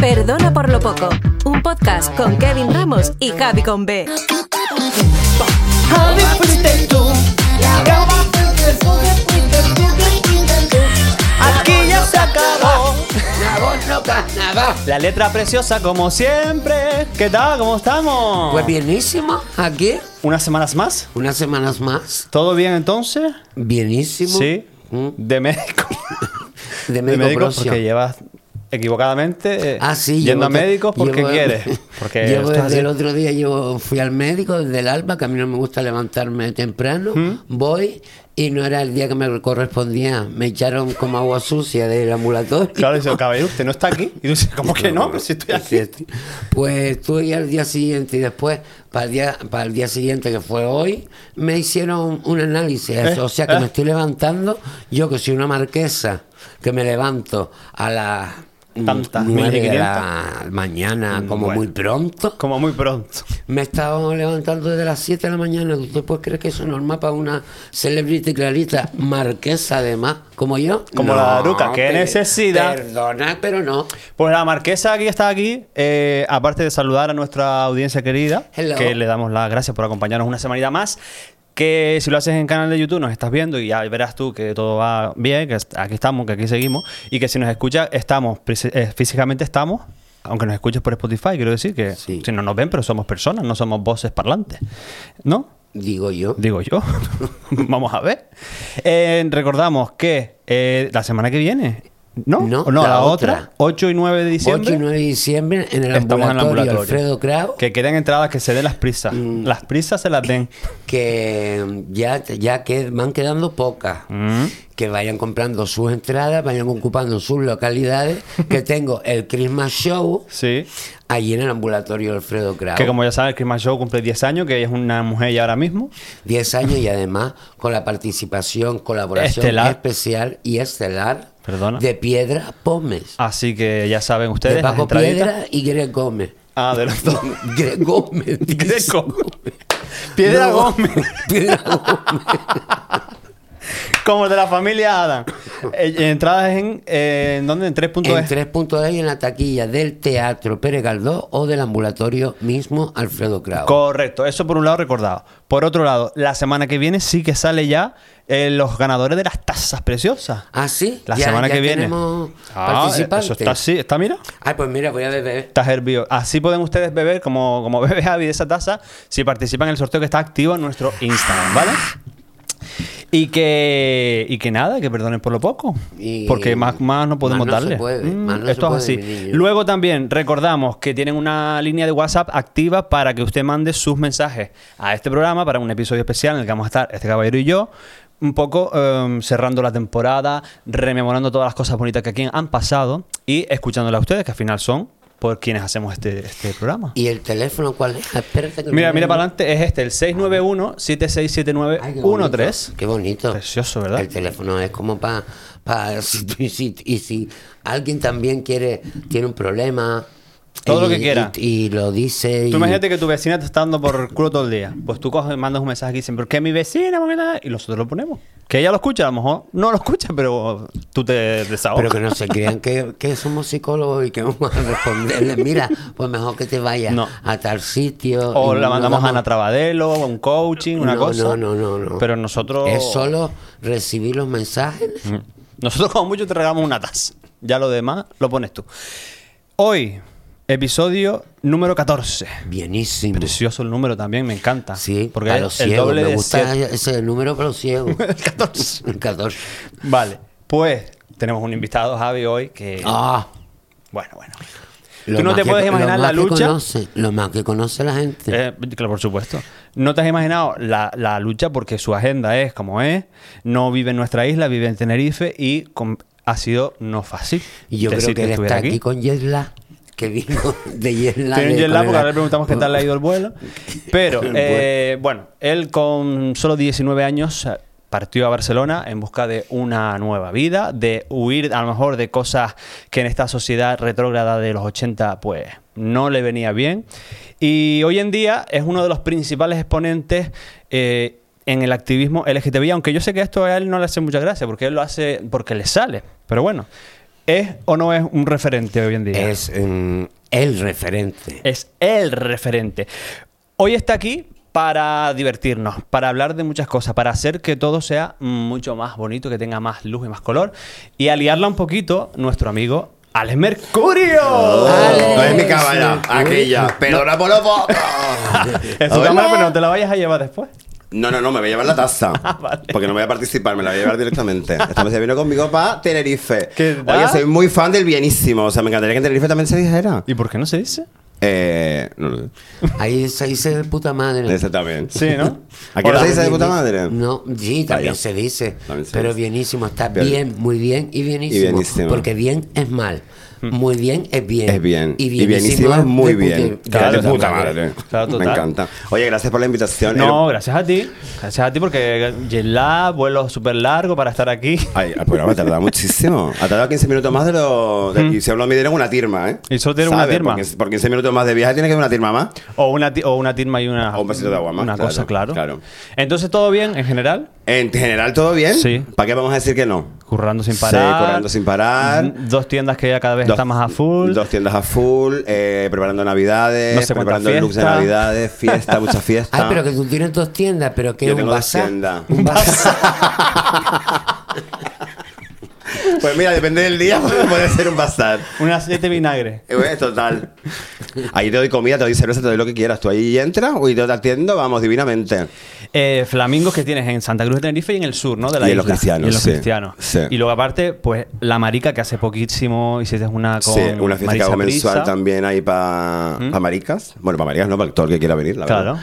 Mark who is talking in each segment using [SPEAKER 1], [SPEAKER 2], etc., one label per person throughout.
[SPEAKER 1] Perdona por lo poco, un podcast con Kevin Ramos y Javi con B.
[SPEAKER 2] Javi fuiste tú, la brava fuiste tú, que fuiste tú, que fuiste tú. Aquí ya se acabó.
[SPEAKER 3] La letra preciosa como siempre. ¿Qué tal? ¿Cómo estamos?
[SPEAKER 4] Pues bienísimo, aquí,
[SPEAKER 3] ¿Unas semanas más?
[SPEAKER 4] unas semanas más.
[SPEAKER 3] ¿Todo bien entonces?
[SPEAKER 4] Bienísimo.
[SPEAKER 3] Sí.
[SPEAKER 4] Mm.
[SPEAKER 3] De médico.
[SPEAKER 4] De
[SPEAKER 3] De
[SPEAKER 4] médico,
[SPEAKER 3] médico
[SPEAKER 4] propio.
[SPEAKER 3] porque llevas equivocadamente eh,
[SPEAKER 4] Ah, sí,
[SPEAKER 3] yendo a
[SPEAKER 4] llevo-
[SPEAKER 3] médicos porque
[SPEAKER 4] llevo-
[SPEAKER 3] quieres. Porque
[SPEAKER 4] llevo
[SPEAKER 3] esto es
[SPEAKER 4] desde
[SPEAKER 3] así.
[SPEAKER 4] el otro día, yo fui al médico desde el alba, que a mí no me gusta levantarme temprano.
[SPEAKER 3] ¿Mm?
[SPEAKER 4] Voy y no era el día que me correspondía. Me echaron como agua sucia del ambulatorio.
[SPEAKER 3] Claro, dice, caballero, usted no está aquí. Y tú dices, ¿cómo que no? Pero si estoy
[SPEAKER 4] Es
[SPEAKER 3] aquí.
[SPEAKER 4] cierto. Pues estuve al día siguiente y después, para el día, para el día siguiente que fue hoy, me hicieron un análisis. o sea que
[SPEAKER 3] eh.
[SPEAKER 4] me estoy levantando, yo que soy una marquesa, que me levanto a las
[SPEAKER 3] Tantas,
[SPEAKER 4] 9 de
[SPEAKER 3] 1500.
[SPEAKER 4] la mañana, como
[SPEAKER 3] Mm, Bueno.
[SPEAKER 4] muy pronto.
[SPEAKER 3] Como muy pronto.
[SPEAKER 4] Me he estado levantando desde las 7 de la mañana. ¿Usted puede creer que eso es normal para una celebrity clarita, marquesa además, como yo?
[SPEAKER 3] Como la Daruca, qué
[SPEAKER 4] pe-
[SPEAKER 3] necesidad.
[SPEAKER 4] Perdona, pero no.
[SPEAKER 3] Pues la marquesa aquí está aquí, eh, aparte de saludar a nuestra audiencia querida,
[SPEAKER 4] Hello.
[SPEAKER 3] que le damos las gracias por acompañarnos una semanita más. Que si lo haces en canal de YouTube nos estás viendo y ya verás tú que todo va bien, que est- aquí estamos, que aquí seguimos y que si nos escuchas estamos, prisi- eh, físicamente estamos, aunque nos escuches por Spotify, quiero decir que
[SPEAKER 4] Sí.
[SPEAKER 3] si no nos ven, pero somos personas, no somos voces parlantes, ¿no?
[SPEAKER 4] Digo yo.
[SPEAKER 3] Digo yo. Vamos a ver. Eh, recordamos que eh, la semana que viene, ¿no?
[SPEAKER 4] No,
[SPEAKER 3] ¿O no la,
[SPEAKER 4] la
[SPEAKER 3] otra,
[SPEAKER 4] otra.
[SPEAKER 3] 8 y 9 de diciembre.
[SPEAKER 4] 8 y 9 de diciembre en
[SPEAKER 3] Estamos
[SPEAKER 4] el ambulatorio,
[SPEAKER 3] en el ambulatorio.
[SPEAKER 4] Alfredo Mm. Krau, que,
[SPEAKER 3] Que queden entradas, que se den las prisas. Las prisas se las den.
[SPEAKER 4] ya, ya que van quedando pocas.
[SPEAKER 3] Mm.
[SPEAKER 4] Que vayan comprando sus entradas, vayan ocupando sus localidades. que tengo el Christmas Show
[SPEAKER 3] Sí.
[SPEAKER 4] allí en el ambulatorio Alfredo Krau.
[SPEAKER 3] Que como ya sabes, Christmas Show cumple 10 años, que ella es una mujer ya ahora mismo.
[SPEAKER 4] 10 años y además con la participación, colaboración
[SPEAKER 3] Estelar.
[SPEAKER 4] especial y estelar
[SPEAKER 3] Perdona.
[SPEAKER 4] de Piedra Pómez.
[SPEAKER 3] Así que ya saben ustedes.
[SPEAKER 4] De
[SPEAKER 3] las
[SPEAKER 4] Paco
[SPEAKER 3] entraditas.
[SPEAKER 4] Piedra y Greg Gómez.
[SPEAKER 3] Ah, de los dos.
[SPEAKER 4] Greg Gómez. dice.
[SPEAKER 3] Greco. Piedra
[SPEAKER 4] No,
[SPEAKER 3] Gómez.
[SPEAKER 4] Piedra Gómez.
[SPEAKER 3] Como de la familia Adam. Eh, entradas en. eh, ¿En dónde? En 3.es.
[SPEAKER 4] En tres puntos ahí en la taquilla del Teatro Pérez Galdós o del ambulatorio mismo Alfredo Krau.
[SPEAKER 3] Correcto, eso por un lado recordado. Por otro lado, la semana que viene sí que sale ya eh, los ganadores de las tazas preciosas.
[SPEAKER 4] ¿Ah, sí?
[SPEAKER 3] La
[SPEAKER 4] Ya-
[SPEAKER 3] semana
[SPEAKER 4] ya
[SPEAKER 3] que viene.
[SPEAKER 4] tenemos
[SPEAKER 3] Ah,
[SPEAKER 4] participantes.
[SPEAKER 3] eso está así, está mira.
[SPEAKER 4] Ay, pues mira, voy a beber.
[SPEAKER 3] Estás hervido. Así pueden ustedes beber como, como bebe Javi de esa taza si participan en el sorteo que está activo en nuestro Instagram, ¿vale? Y que, y que nada, que perdonen por lo poco.
[SPEAKER 4] Y-
[SPEAKER 3] porque más, más no podemos
[SPEAKER 4] más no
[SPEAKER 3] darle.
[SPEAKER 4] se
[SPEAKER 3] Mm,
[SPEAKER 4] puede, más no se
[SPEAKER 3] esto
[SPEAKER 4] puede,
[SPEAKER 3] es así.
[SPEAKER 4] mi niño.
[SPEAKER 3] Luego también recordamos que tienen una línea de WhatsApp activa para que usted mande sus mensajes a este programa para un episodio especial en el que vamos a estar este caballero y yo. Un poco em, cerrando la temporada, rememorando todas las cosas bonitas que aquí han pasado y escuchándolas a ustedes, que al final son por quienes hacemos este, este programa.
[SPEAKER 4] ¿Y el teléfono cuál es? Espérate que lo
[SPEAKER 3] Mira,
[SPEAKER 4] miro.
[SPEAKER 3] mira para adelante, es este, el 691-767913.
[SPEAKER 4] Ay, qué bonito, Qué bonito.
[SPEAKER 3] Precioso, ¿verdad?
[SPEAKER 4] El teléfono es como para... si, tú- y, si, y si alguien también quiere tiene un problema...
[SPEAKER 3] Todo lo
[SPEAKER 4] y-
[SPEAKER 3] que quiera.
[SPEAKER 4] Y, y lo dice... y-
[SPEAKER 3] Tú imagínate que tu vecina te está dando por el culo todo el día. Pues tú coges, mandas un mensaje y dicen, ¿por qué mi vecina? ¿Por qué tal?" Y nosotros lo ponemos. Que ella lo escucha, a lo mejor no lo escucha, pero tú te desahogas.
[SPEAKER 4] Pero que no se crean que, que somos psicólogos y que vamos a responderles, mira, pues mejor que te vayas
[SPEAKER 3] No.
[SPEAKER 4] a tal sitio.
[SPEAKER 3] o
[SPEAKER 4] y
[SPEAKER 3] la
[SPEAKER 4] nos
[SPEAKER 3] mandamos a
[SPEAKER 4] vamos-
[SPEAKER 3] Ana Trabadelo, a un coaching, una
[SPEAKER 4] No,
[SPEAKER 3] cosa.
[SPEAKER 4] No, no, no, no.
[SPEAKER 3] Pero nosotros. Mm.
[SPEAKER 4] Es solo recibir los mensajes.
[SPEAKER 3] Nosotros, como mucho, te regalamos una taza. Ya lo demás lo pones tú. Hoy, episodio número 14.
[SPEAKER 4] Bienísimo.
[SPEAKER 3] Precioso el número también, me encanta.
[SPEAKER 4] Sí,
[SPEAKER 3] porque
[SPEAKER 4] para
[SPEAKER 3] es
[SPEAKER 4] los
[SPEAKER 3] el
[SPEAKER 4] ciegos.
[SPEAKER 3] doble
[SPEAKER 4] Me
[SPEAKER 3] de
[SPEAKER 4] gusta
[SPEAKER 3] siete.
[SPEAKER 4] ese número para los ciegos.
[SPEAKER 3] El 14.
[SPEAKER 4] El 14.
[SPEAKER 3] Vale, pues tenemos un invitado, Javi, hoy que.
[SPEAKER 4] Ah,
[SPEAKER 3] Bueno, bueno.
[SPEAKER 4] lo
[SPEAKER 3] Eh, Tú no
[SPEAKER 4] más
[SPEAKER 3] te
[SPEAKER 4] que-
[SPEAKER 3] puedes
[SPEAKER 4] lo
[SPEAKER 3] imaginar
[SPEAKER 4] más
[SPEAKER 3] la
[SPEAKER 4] que
[SPEAKER 3] lucha.
[SPEAKER 4] conoce, lo más que conoce la gente.
[SPEAKER 3] Eh, claro, por supuesto. No te has imaginado la, la lucha porque su agenda es como es. No vive en nuestra isla, vive en Tenerife y con- ha sido no fácil.
[SPEAKER 4] Y yo creo
[SPEAKER 3] decir
[SPEAKER 4] que él
[SPEAKER 3] estuviera
[SPEAKER 4] está aquí con Yesla, que vino de Yesla.
[SPEAKER 3] Tiene un
[SPEAKER 4] de-
[SPEAKER 3] jet lag porque ahora le
[SPEAKER 4] con el-
[SPEAKER 3] preguntamos qué tal le ha ido el vuelo. Pero, eh, bueno, él con solo 19 años eh, partió a Barcelona en busca de una nueva vida, de huir a lo mejor de cosas que en esta sociedad retrógrada de los 80 pues no le venía bien. Y hoy en día es uno de los principales exponentes eh, en el activismo LGTBI, aunque yo sé que esto a él no le hace mucha gracia, porque él lo hace porque le sale. Pero bueno, ¿Es o no es un referente hoy en día?
[SPEAKER 4] Es mm, el
[SPEAKER 5] Eh.
[SPEAKER 4] referente.
[SPEAKER 3] Es el referente. Hoy está aquí para divertirnos, para hablar de muchas cosas, para hacer que todo sea mucho más bonito, que tenga más luz y más color. Y aliarla un poquito, nuestro amigo Alex Mercurio.
[SPEAKER 5] No es mi cámara, aquella. Pero ahora por lo poco.
[SPEAKER 3] Es tu
[SPEAKER 5] Hola.
[SPEAKER 3] cámara, pero no te Ah, la vayas a llevar después.
[SPEAKER 5] No, no, no, me voy a llevar la taza. Porque no voy a participar, me la voy a llevar directamente. Esta vez se vino conmigo para Tenerife.
[SPEAKER 3] ¿Qué tal?
[SPEAKER 5] Oye, soy muy fan del bienísimo. O sea, me encantaría que en Tenerife también se dijera.
[SPEAKER 3] ¿Y por qué no se dice?
[SPEAKER 5] Eh, no lo sé.
[SPEAKER 4] Ahí se dice de puta madre.
[SPEAKER 5] Exactamente.
[SPEAKER 3] Sí, ¿no?
[SPEAKER 5] Aquí no
[SPEAKER 3] Hola.
[SPEAKER 5] se dice de puta madre.
[SPEAKER 4] No, sí, también
[SPEAKER 5] Vaya.
[SPEAKER 4] se dice.
[SPEAKER 5] También se
[SPEAKER 4] pero
[SPEAKER 5] dice.
[SPEAKER 4] bienísimo, está
[SPEAKER 5] Pero-
[SPEAKER 4] bien, muy bien y bienísimo.
[SPEAKER 5] Y bienísimo.
[SPEAKER 4] Porque bien es mal.
[SPEAKER 5] Mm.
[SPEAKER 4] Muy bien es bien.
[SPEAKER 5] Es bien.
[SPEAKER 4] Y
[SPEAKER 5] Y
[SPEAKER 4] bienísimo,
[SPEAKER 5] bienísimo es muy
[SPEAKER 4] de
[SPEAKER 5] bien.
[SPEAKER 4] puti-
[SPEAKER 3] Claro,
[SPEAKER 5] Que es de
[SPEAKER 3] total.
[SPEAKER 5] puta madre.
[SPEAKER 3] Claro,
[SPEAKER 5] Me
[SPEAKER 3] total.
[SPEAKER 5] encanta. Oye, gracias por la invitación.
[SPEAKER 3] No, gracias a ti. Gracias a ti porque Yelá, vuelo súper largo para estar aquí.
[SPEAKER 5] Ay, el programa ha tardado muchísimo. Ha tardado 15 minutos más de lo. de- y si hablo a mí, dieron una tirma, ¿eh?
[SPEAKER 3] Mm. Y solo dieron una
[SPEAKER 5] ¿Sabes?
[SPEAKER 3] tirma.
[SPEAKER 5] Por 15, por 15 minutos más de viaje tiene que haber una tirma más.
[SPEAKER 3] O una, ti- o una tirma y una.
[SPEAKER 5] O un vasito de agua más,
[SPEAKER 3] Una
[SPEAKER 5] claro,
[SPEAKER 3] cosa, claro.
[SPEAKER 5] claro.
[SPEAKER 3] Entonces, ¿todo bien en general?
[SPEAKER 5] En general, ¿todo bien?
[SPEAKER 3] Sí.
[SPEAKER 5] ¿Para qué vamos a decir que no?
[SPEAKER 3] Currando sin
[SPEAKER 5] Sí,
[SPEAKER 3] parar.
[SPEAKER 5] currando sin parar.
[SPEAKER 3] Mm, Dos tiendas que ya cada vez
[SPEAKER 5] Dos-
[SPEAKER 3] están más a full.
[SPEAKER 5] Dos tiendas a full, eh, preparando navidades,
[SPEAKER 3] No sé cuántas
[SPEAKER 5] preparando looks de
[SPEAKER 3] fiestas.
[SPEAKER 5] navidades, fiesta, mucha fiesta.
[SPEAKER 4] Ay, Ah, pero que tú tienes dos tiendas, pero que
[SPEAKER 5] Yo
[SPEAKER 4] es un
[SPEAKER 5] tengo dos
[SPEAKER 4] bazar.
[SPEAKER 5] tiendas.
[SPEAKER 4] Un bazar.
[SPEAKER 5] Pues mira, depende del día, puede ser un bazar.
[SPEAKER 3] Un aceite vinagre.
[SPEAKER 5] Eh, bueno, total. Ahí te doy comida, te doy cerveza, te doy lo que quieras. Tú ahí entras y yo te atiendo, vamos, divinamente.
[SPEAKER 3] Eh, flamingos que tienes en Santa Cruz de Tenerife y en el sur, ¿no? De la
[SPEAKER 5] Y en
[SPEAKER 3] isla.
[SPEAKER 5] los cristianos,
[SPEAKER 3] Y en los
[SPEAKER 5] sí.
[SPEAKER 3] cristianos.
[SPEAKER 5] Sí.
[SPEAKER 3] Y luego, aparte, pues la marica que hace poquísimo hiciste una con.
[SPEAKER 5] sí, una fiesta que
[SPEAKER 3] Marisa
[SPEAKER 5] hago mensual
[SPEAKER 3] Prisa. ¿Mm?
[SPEAKER 5] también ahí para maricas. Bueno, para maricas no, para el todo el que quiera venir, la
[SPEAKER 3] Claro.
[SPEAKER 5] verdad.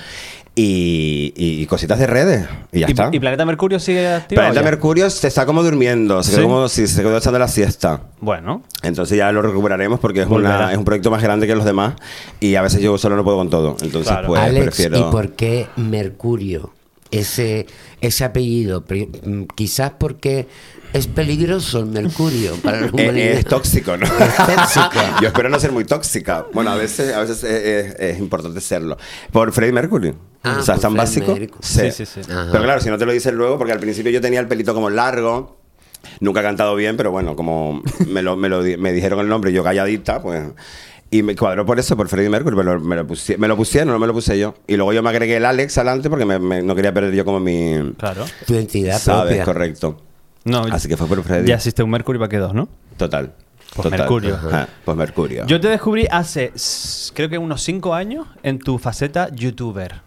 [SPEAKER 5] Y, y cositas de redes. Y ya
[SPEAKER 3] ¿Y,
[SPEAKER 5] está.
[SPEAKER 3] y Planeta Mercurio sigue activo?
[SPEAKER 5] Planeta Mercurio se está como durmiendo, se quedó
[SPEAKER 3] Sí.
[SPEAKER 5] como si se quedó echando la siesta.
[SPEAKER 3] Bueno.
[SPEAKER 5] Entonces ya lo recuperaremos porque es, una,
[SPEAKER 3] Volverá.
[SPEAKER 5] es un proyecto más grande que los demás y a veces yo solo no puedo con todo. Entonces,
[SPEAKER 3] Claro.
[SPEAKER 5] pues
[SPEAKER 4] Alex,
[SPEAKER 5] prefiero.
[SPEAKER 4] ¿y por qué Mercurio? Ese, ese apellido. Pri- mm, Quizás porque es peligroso el mercurio para la
[SPEAKER 5] Eh,
[SPEAKER 4] humanidad.
[SPEAKER 5] eh, es tóxico, ¿no?
[SPEAKER 4] Es tóxico.
[SPEAKER 5] Yo espero no ser muy tóxica. Bueno, a veces, a veces es, es- es importante serlo. Por Freddie Mercury.
[SPEAKER 4] Ah,
[SPEAKER 5] o sea, es tan
[SPEAKER 4] por Freddie
[SPEAKER 5] básico.
[SPEAKER 4] Mercury.
[SPEAKER 3] Sí, sí, sí.
[SPEAKER 4] Ajá.
[SPEAKER 5] Pero claro, si no te lo dices luego, porque al principio yo tenía el pelito como largo. Nunca he cantado bien, pero bueno, como me, lo, me, lo di- me dijeron el nombre, yo calladita, pues. Y me cuadró por eso, por Freddie Mercury, pero me lo, pusi- me lo pusieron, no me lo puse yo. Y luego yo me agregué el Alex adelante porque me- me- no quería perder yo como mi.
[SPEAKER 3] Claro.
[SPEAKER 4] Tu entidad
[SPEAKER 5] Sabes,
[SPEAKER 4] propia.
[SPEAKER 5] correcto.
[SPEAKER 3] No,
[SPEAKER 5] Así que fue por Freddie.
[SPEAKER 3] Ya existe un Mercury para que dos, ¿no?
[SPEAKER 5] Total.
[SPEAKER 3] Pues
[SPEAKER 5] Total.
[SPEAKER 3] Mercurio.
[SPEAKER 5] Ajá, Pues Mercurio.
[SPEAKER 3] Yo te descubrí hace, s- creo que unos 5 años, en tu faceta youtuber.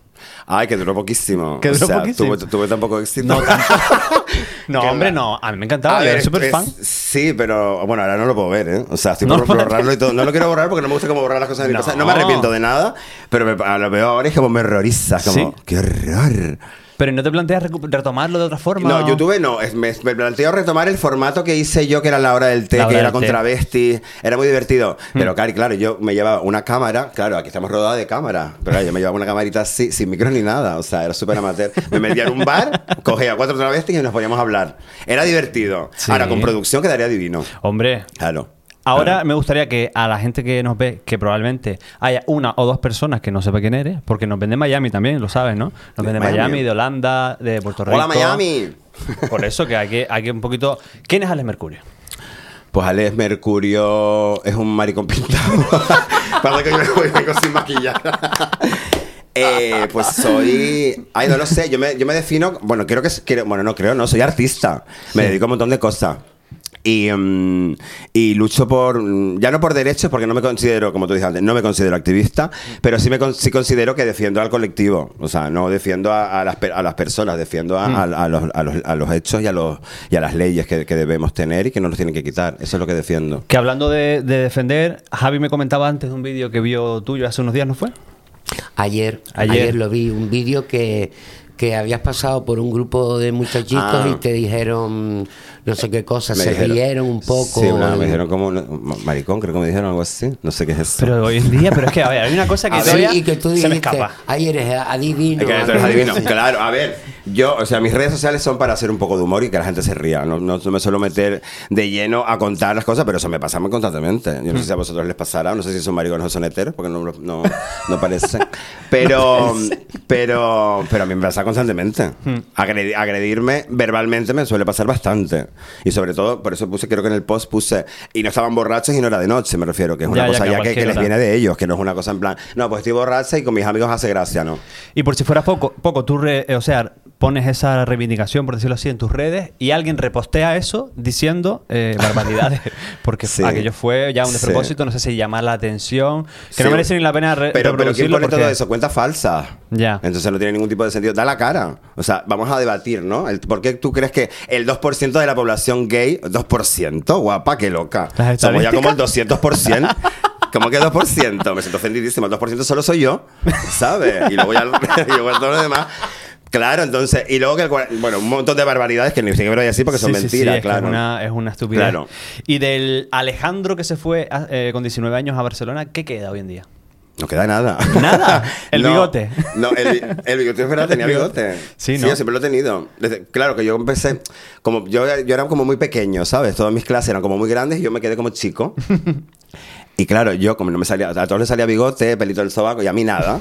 [SPEAKER 5] Ay, que duró poquísimo.
[SPEAKER 3] Que duró
[SPEAKER 5] o sea,
[SPEAKER 3] poquísimo.
[SPEAKER 5] Tuve, tuve tan poco éxito.
[SPEAKER 3] No, no
[SPEAKER 5] Qué
[SPEAKER 3] hombre,
[SPEAKER 5] va.
[SPEAKER 3] no. A mí me
[SPEAKER 5] A
[SPEAKER 3] encantaba. yo
[SPEAKER 5] ver,
[SPEAKER 3] era súper
[SPEAKER 5] es-
[SPEAKER 3] fan.
[SPEAKER 5] Sí, pero bueno, ahora no lo puedo ver, ¿eh? O sea, estoy
[SPEAKER 3] No
[SPEAKER 5] por
[SPEAKER 3] lo-
[SPEAKER 5] por borrarlo y todo. No lo quiero borrar porque no me gusta como borrar las cosas de mi
[SPEAKER 3] No.
[SPEAKER 5] pasado. No me arrepiento de nada, pero me, a lo veo ahora y es como me horroriza. Como,
[SPEAKER 3] Sí.
[SPEAKER 5] ¡qué horror!
[SPEAKER 3] Pero ¿no te planteas recu- retomarlo de otra forma?
[SPEAKER 5] No, YouTube no. Es- me, me planteo retomar el formato que hice yo, que era la hora del té, Mm.
[SPEAKER 3] La hora
[SPEAKER 5] que era
[SPEAKER 3] del
[SPEAKER 5] con
[SPEAKER 3] té.
[SPEAKER 5] travestis. Era muy divertido. Pero, Cari, claro, yo me llevaba una cámara. Claro, aquí estamos rodados de cámara. Pero claro, yo me llevaba una camarita así, sin micro ni nada. O sea, era súper amateur. Me metía en un bar, cogía cuatro travestis y nos poníamos a hablar. Era divertido.
[SPEAKER 3] Sí.
[SPEAKER 5] Ahora, con producción quedaría divino.
[SPEAKER 3] Hombre.
[SPEAKER 5] Claro.
[SPEAKER 3] Ahora
[SPEAKER 5] Claro.
[SPEAKER 3] me gustaría que a la gente que nos ve, que probablemente haya una o dos personas que no sepa quién eres, porque nos ven de Miami también, lo sabes, ¿no? Nos ven de
[SPEAKER 5] Miami.
[SPEAKER 3] Miami, de Holanda, de Puerto Rico.
[SPEAKER 5] ¡Hola, Miami!
[SPEAKER 3] Por eso que hay que, hay que un poquito... ¿Quién es Alex Mercurio?
[SPEAKER 5] Pues Alex Mercurio es un maricón pintado. Para que yo me voy vengo sin maquillar. Eh, pues soy. Ay, no lo sé. Yo me, yo me defino. Bueno, creo que. es- creo- bueno, no creo, no. Soy artista. Me dedico a un montón de cosas. Y, mm, y lucho por. mm, Ya no por derechos, porque no me considero, como tú dijiste antes, no me considero activista, pero sí me con- sí considero que defiendo al colectivo. O sea, no defiendo a, a las, per- a las personas, defiendo
[SPEAKER 4] Mm.
[SPEAKER 5] a, a- a los, a los- a los hechos y a, los, y a las leyes que, que debemos tener y que no nos tienen que quitar. Eso es lo que defiendo.
[SPEAKER 3] Que hablando de, de defender, Javi me comentaba antes de un vídeo que vio tuyo hace unos días, ¿no fue?
[SPEAKER 4] Ayer, ayer.
[SPEAKER 3] Ayer.
[SPEAKER 4] lo vi, un vídeo que, que habías pasado por un grupo de muchachitos
[SPEAKER 5] Ah.
[SPEAKER 4] y te dijeron no sé qué cosas,
[SPEAKER 5] Me
[SPEAKER 4] se
[SPEAKER 5] dijeron-
[SPEAKER 4] rieron un poco.
[SPEAKER 5] Sí, una- me dijeron como. no, ma- Maricón, creo que me dijeron algo así. No sé qué es eso.
[SPEAKER 3] Pero hoy en día, pero es que, a ver, hay una cosa que
[SPEAKER 5] A ver,
[SPEAKER 4] Ah, Sí,
[SPEAKER 3] todavía
[SPEAKER 4] y que tú
[SPEAKER 3] se me
[SPEAKER 4] dijiste,
[SPEAKER 3] escapa.
[SPEAKER 4] ayer eres adivino.
[SPEAKER 5] Es que tú eres
[SPEAKER 4] algo
[SPEAKER 5] adivino.
[SPEAKER 4] así.
[SPEAKER 5] Claro, a ver, Yo, o sea, mis redes sociales son para hacer un poco de humor y que la gente se ría. No, no me suelo meter de lleno a contar las cosas, pero eso me pasa muy constantemente. Yo no sé si a vosotros les pasará, no sé si son maricones o son heteros, porque no, no, no parece. Pero, pero, pero a mí me pasa constantemente. Agredi- agredirme verbalmente me suele pasar bastante. Y sobre todo, por eso puse, creo que en el post puse, y no estaban borrachos y no era de noche, me refiero, que es una
[SPEAKER 3] Ya, ya,
[SPEAKER 5] cosa
[SPEAKER 3] que a
[SPEAKER 5] ya que- que,
[SPEAKER 3] cualquiera
[SPEAKER 5] les
[SPEAKER 3] tal.
[SPEAKER 5] viene de ellos, que no es una cosa en plan, no, pues estoy borracha y con mis amigos hace gracia, ¿no?
[SPEAKER 3] Y por si fuera poco, poco tú, re- eh, o sea, pones esa reivindicación, por decirlo así, en tus redes y alguien repostea eso diciendo eh, barbaridades. Porque
[SPEAKER 5] Sí.
[SPEAKER 3] aquello fue ya un
[SPEAKER 5] Sí.
[SPEAKER 3] despropósito, no sé si llamar la atención, que no
[SPEAKER 5] Sí.
[SPEAKER 3] merece ni la pena re
[SPEAKER 5] pero, pero ¿quién
[SPEAKER 3] reproducirlo
[SPEAKER 5] pone todo
[SPEAKER 3] porque- Ah.
[SPEAKER 5] eso? Cuenta falsa.
[SPEAKER 3] Ya.
[SPEAKER 5] Entonces no tiene ningún tipo de sentido. Da la cara. O sea, vamos a debatir, ¿no? El- ¿Por qué tú crees que el 2% de la población gay, 2%, guapa, qué loca.
[SPEAKER 3] Las
[SPEAKER 5] Somos ya
[SPEAKER 3] estadísticas.
[SPEAKER 5] como el 200%. ¿Cómo que 2%? Me siento ofendidísimo. El 2% solo soy yo, ¿sabes? Y luego ya y luego todo lo demás. Claro, entonces, y luego que, el cua- bueno, un montón de barbaridades que ni siquiera voy a decir porque son
[SPEAKER 3] Sí, sí, sí,
[SPEAKER 5] mentiras,
[SPEAKER 3] es que
[SPEAKER 5] claro.
[SPEAKER 3] Es una, es una estupidez.
[SPEAKER 5] Claro.
[SPEAKER 3] Y del Alejandro que se fue a- eh, con 19 años a Barcelona, ¿qué queda hoy en día?
[SPEAKER 5] No queda nada.
[SPEAKER 3] Nada. El bigote.
[SPEAKER 5] No, el, bi- el bigote es verdad, tenía bigote.
[SPEAKER 3] Sí, ¿no?
[SPEAKER 5] yo siempre lo he tenido. Desde- claro que yo empecé, como yo, yo era como muy pequeño, ¿sabes? Todas mis clases eran como muy grandes y yo me quedé como chico. Y claro, yo como no me salía, a todos les salía bigote, pelito del sobaco y a mí nada.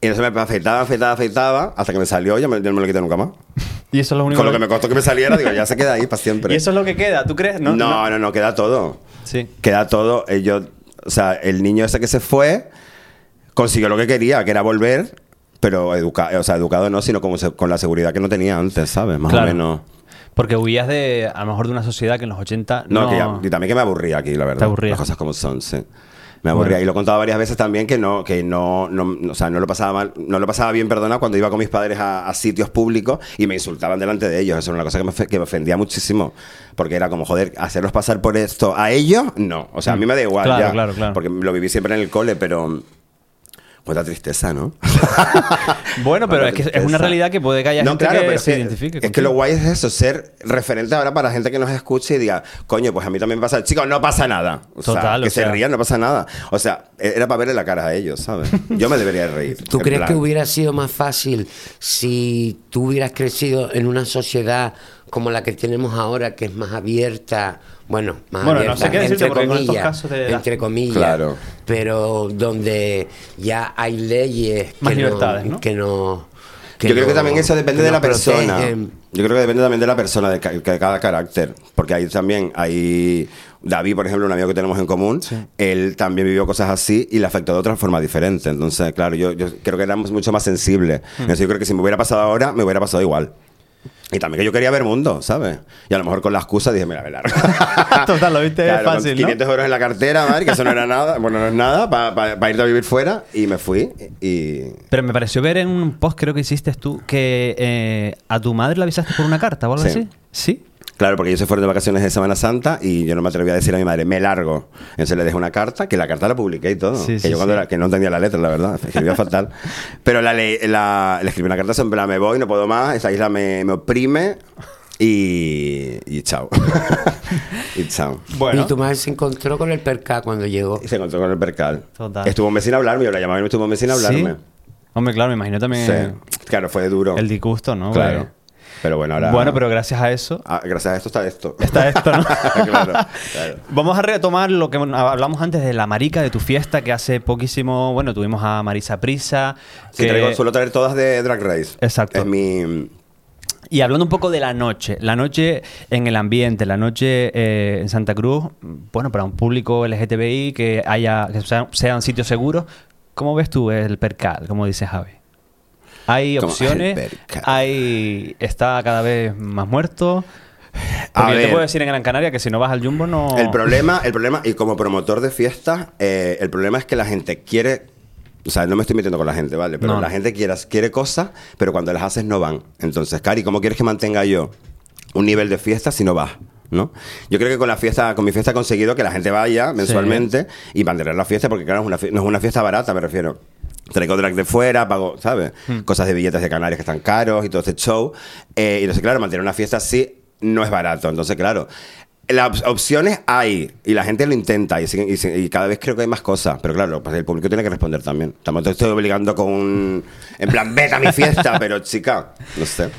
[SPEAKER 5] Y entonces me afeitaba, afeitaba, afeitaba, hasta que me salió, yo, me- yo no me lo quité nunca más.
[SPEAKER 3] Y eso es lo único
[SPEAKER 5] Con lo que me costó que me saliera, digo, ya se queda ahí para siempre.
[SPEAKER 3] Y eso es lo que queda, ¿tú crees?
[SPEAKER 5] no, no, no, no, queda todo
[SPEAKER 3] Sí.
[SPEAKER 5] queda todo. eh, yo- o sea, el niño ese que se fue consiguió lo que quería, que era volver, pero educa o sea, educado no, sino como se- con la seguridad que no tenía antes, ¿sabes? Más
[SPEAKER 3] Claro.
[SPEAKER 5] o menos.
[SPEAKER 3] Porque huías de, a lo mejor, de una sociedad que en los 80
[SPEAKER 5] No,
[SPEAKER 3] no...
[SPEAKER 5] que ya- y también que me aburría aquí, la verdad.
[SPEAKER 3] Te aburría.
[SPEAKER 5] Las cosas como son, sí. Me aburría.
[SPEAKER 3] Bueno.
[SPEAKER 5] Y lo he contado varias veces también que no, que no, no- no- o sea, no lo pasaba mal, no lo pasaba bien, perdona, cuando iba con mis padres a, a sitios públicos y me insultaban delante de ellos. Eso era una cosa que me, ofe- que me ofendía muchísimo. Porque era como, joder, hacerlos pasar por esto a ellos, no. O sea, a mí me da igual.
[SPEAKER 3] Mm. Claro,
[SPEAKER 5] ya,
[SPEAKER 3] claro, claro.
[SPEAKER 5] Porque lo viví siempre en el cole, pero. Cuánta tristeza, ¿no?
[SPEAKER 3] Bueno, pero
[SPEAKER 5] Cuánta
[SPEAKER 3] es que es
[SPEAKER 5] tristeza.
[SPEAKER 3] una realidad que puede que haya
[SPEAKER 5] pues No,
[SPEAKER 3] gente
[SPEAKER 5] claro,
[SPEAKER 3] que
[SPEAKER 5] pero es
[SPEAKER 3] se
[SPEAKER 5] que-
[SPEAKER 3] identifique
[SPEAKER 5] Es que lo
[SPEAKER 3] contigo.
[SPEAKER 5] guay es eso, ser referente ahora para gente que nos escuche y diga, coño, pues a mí también me pasa. Chicos, no pasa nada. O sea,
[SPEAKER 3] Total, o
[SPEAKER 5] que
[SPEAKER 3] sea.
[SPEAKER 5] se rían, no pasa nada. O sea, e- era para verle la cara a ellos, ¿sabes? Yo me debería reír.
[SPEAKER 4] ¿Tú
[SPEAKER 5] en
[SPEAKER 4] crees
[SPEAKER 5] plan.
[SPEAKER 4] que hubiera sido más fácil si tú hubieras crecido en una sociedad como la que tenemos ahora, que es más abierta? Bueno, más
[SPEAKER 3] Bueno, no
[SPEAKER 4] abierta,
[SPEAKER 3] sé qué decirte,
[SPEAKER 4] entre
[SPEAKER 3] porque con estos
[SPEAKER 4] comillas,
[SPEAKER 3] casos de edad.
[SPEAKER 4] entre comillas,
[SPEAKER 5] Claro.
[SPEAKER 4] pero donde ya hay leyes
[SPEAKER 3] Más
[SPEAKER 4] que,
[SPEAKER 3] libertades, ¿no?
[SPEAKER 4] que no...
[SPEAKER 5] Yo creo que
[SPEAKER 4] no-
[SPEAKER 5] también eso depende
[SPEAKER 4] que
[SPEAKER 5] de la
[SPEAKER 4] nos
[SPEAKER 5] persona.
[SPEAKER 4] protegen.
[SPEAKER 5] Yo creo que depende también de la persona, de, ca- de cada carácter. Porque ahí también, hay David, por ejemplo, un amigo que tenemos en común, él también vivió cosas así y le afectó de otra forma diferente. Entonces, claro, yo, yo creo que éramos mucho más sensibles.
[SPEAKER 3] Hmm.
[SPEAKER 5] Entonces, yo creo que si me hubiera pasado ahora, me hubiera pasado igual. Y también que yo quería ver mundo, ¿sabes? Y a lo mejor con la excusa dije, mira, velar.
[SPEAKER 3] Total, lo viste
[SPEAKER 5] Claro,
[SPEAKER 3] fácil,
[SPEAKER 5] con
[SPEAKER 3] ¿no?
[SPEAKER 5] 500 euros en la cartera, madre, que eso no era nada, bueno, no es nada, para irte a vivir fuera. Y me fui y,
[SPEAKER 3] Pero me pareció ver en un post, creo que hiciste tú, que eh, a tu madre la avisaste por una carta o algo
[SPEAKER 5] Sí.
[SPEAKER 3] así. ¿Sí?
[SPEAKER 5] Claro, porque ellos se fueron de vacaciones de Semana Santa y yo no me atreví a decir a mi madre, me largo. Entonces le dejé una carta, que la carta la publiqué y todo.
[SPEAKER 3] Sí,
[SPEAKER 5] que
[SPEAKER 3] sí,
[SPEAKER 5] yo cuando
[SPEAKER 3] sí.
[SPEAKER 5] era- que no entendía la letra, la verdad, escribía fatal. Pero la, le- la- le escribí una carta, en plan, me voy, no puedo más, esta isla me, me oprime y, y chao. y chao.
[SPEAKER 3] Bueno.
[SPEAKER 4] Y tu madre se encontró con el perca cuando llegó.
[SPEAKER 5] Y se encontró con el percal.
[SPEAKER 3] Total.
[SPEAKER 5] Estuvo un vecino a hablarme, yo la llamaba y no estuvo un vecino a hablarme.
[SPEAKER 3] ¿Sí? Hombre, claro, me imagino también
[SPEAKER 5] Sí. Claro, fue duro.
[SPEAKER 3] el disgusto, ¿no?
[SPEAKER 5] Claro. Pero bueno, ahora...
[SPEAKER 3] Bueno, pero gracias a eso
[SPEAKER 5] Ah, gracias a esto está esto.
[SPEAKER 3] está esto, ¿no?
[SPEAKER 5] claro, claro.
[SPEAKER 3] Vamos a retomar lo que hablamos antes de la marica de tu fiesta, que hace poquísimo, bueno, tuvimos a Marisa Prisa.
[SPEAKER 5] Sí,
[SPEAKER 3] que-
[SPEAKER 5] traigo- suelo traer todas de Drag Race.
[SPEAKER 3] Exacto.
[SPEAKER 5] Es mi.
[SPEAKER 3] Y hablando un poco de la noche, la noche en el ambiente, la noche eh, en Santa Cruz, bueno, para un público LGTBI que haya, que sea- sean sitios seguros, ¿cómo ves tú el percal, como dice Javi? Hay
[SPEAKER 5] ¿Cómo? El
[SPEAKER 3] opciones,
[SPEAKER 5] percal.
[SPEAKER 3] hay está cada vez más muerto.
[SPEAKER 5] A
[SPEAKER 3] Porque yo te
[SPEAKER 5] ver.
[SPEAKER 3] puedo decir en Gran Canaria que si no vas al Jumbo no
[SPEAKER 5] El problema, el problema, y como promotor de fiestas, eh, el problema es que la gente quiere. O sea, no me estoy metiendo con la gente, ¿vale? Pero
[SPEAKER 3] No.
[SPEAKER 5] la gente quiere, quiere cosas, pero cuando las haces no van. Entonces, Cari, ¿cómo quieres que mantenga yo un nivel de fiesta si no vas? ¿No? Yo creo que con la fiesta, con mi fiesta he conseguido que la gente vaya mensualmente y mantener la fiesta, porque claro, es una fie- no es una fiesta barata, me refiero. Traigo drag de fuera, pago, ¿sabes?
[SPEAKER 3] Hmm.
[SPEAKER 5] Cosas de billetes de Canarias que están caros y todo este show. Eh, y entonces, claro, mantener una fiesta así no es barato. Entonces, claro, Las opciones hay y la gente lo intenta y, siguen- y siguen- y cada vez creo que hay más cosas. Pero claro, pues el público tiene que responder también. Tampoco te estoy obligando con un. En plan, vete a mi fiesta, pero chica, no sé.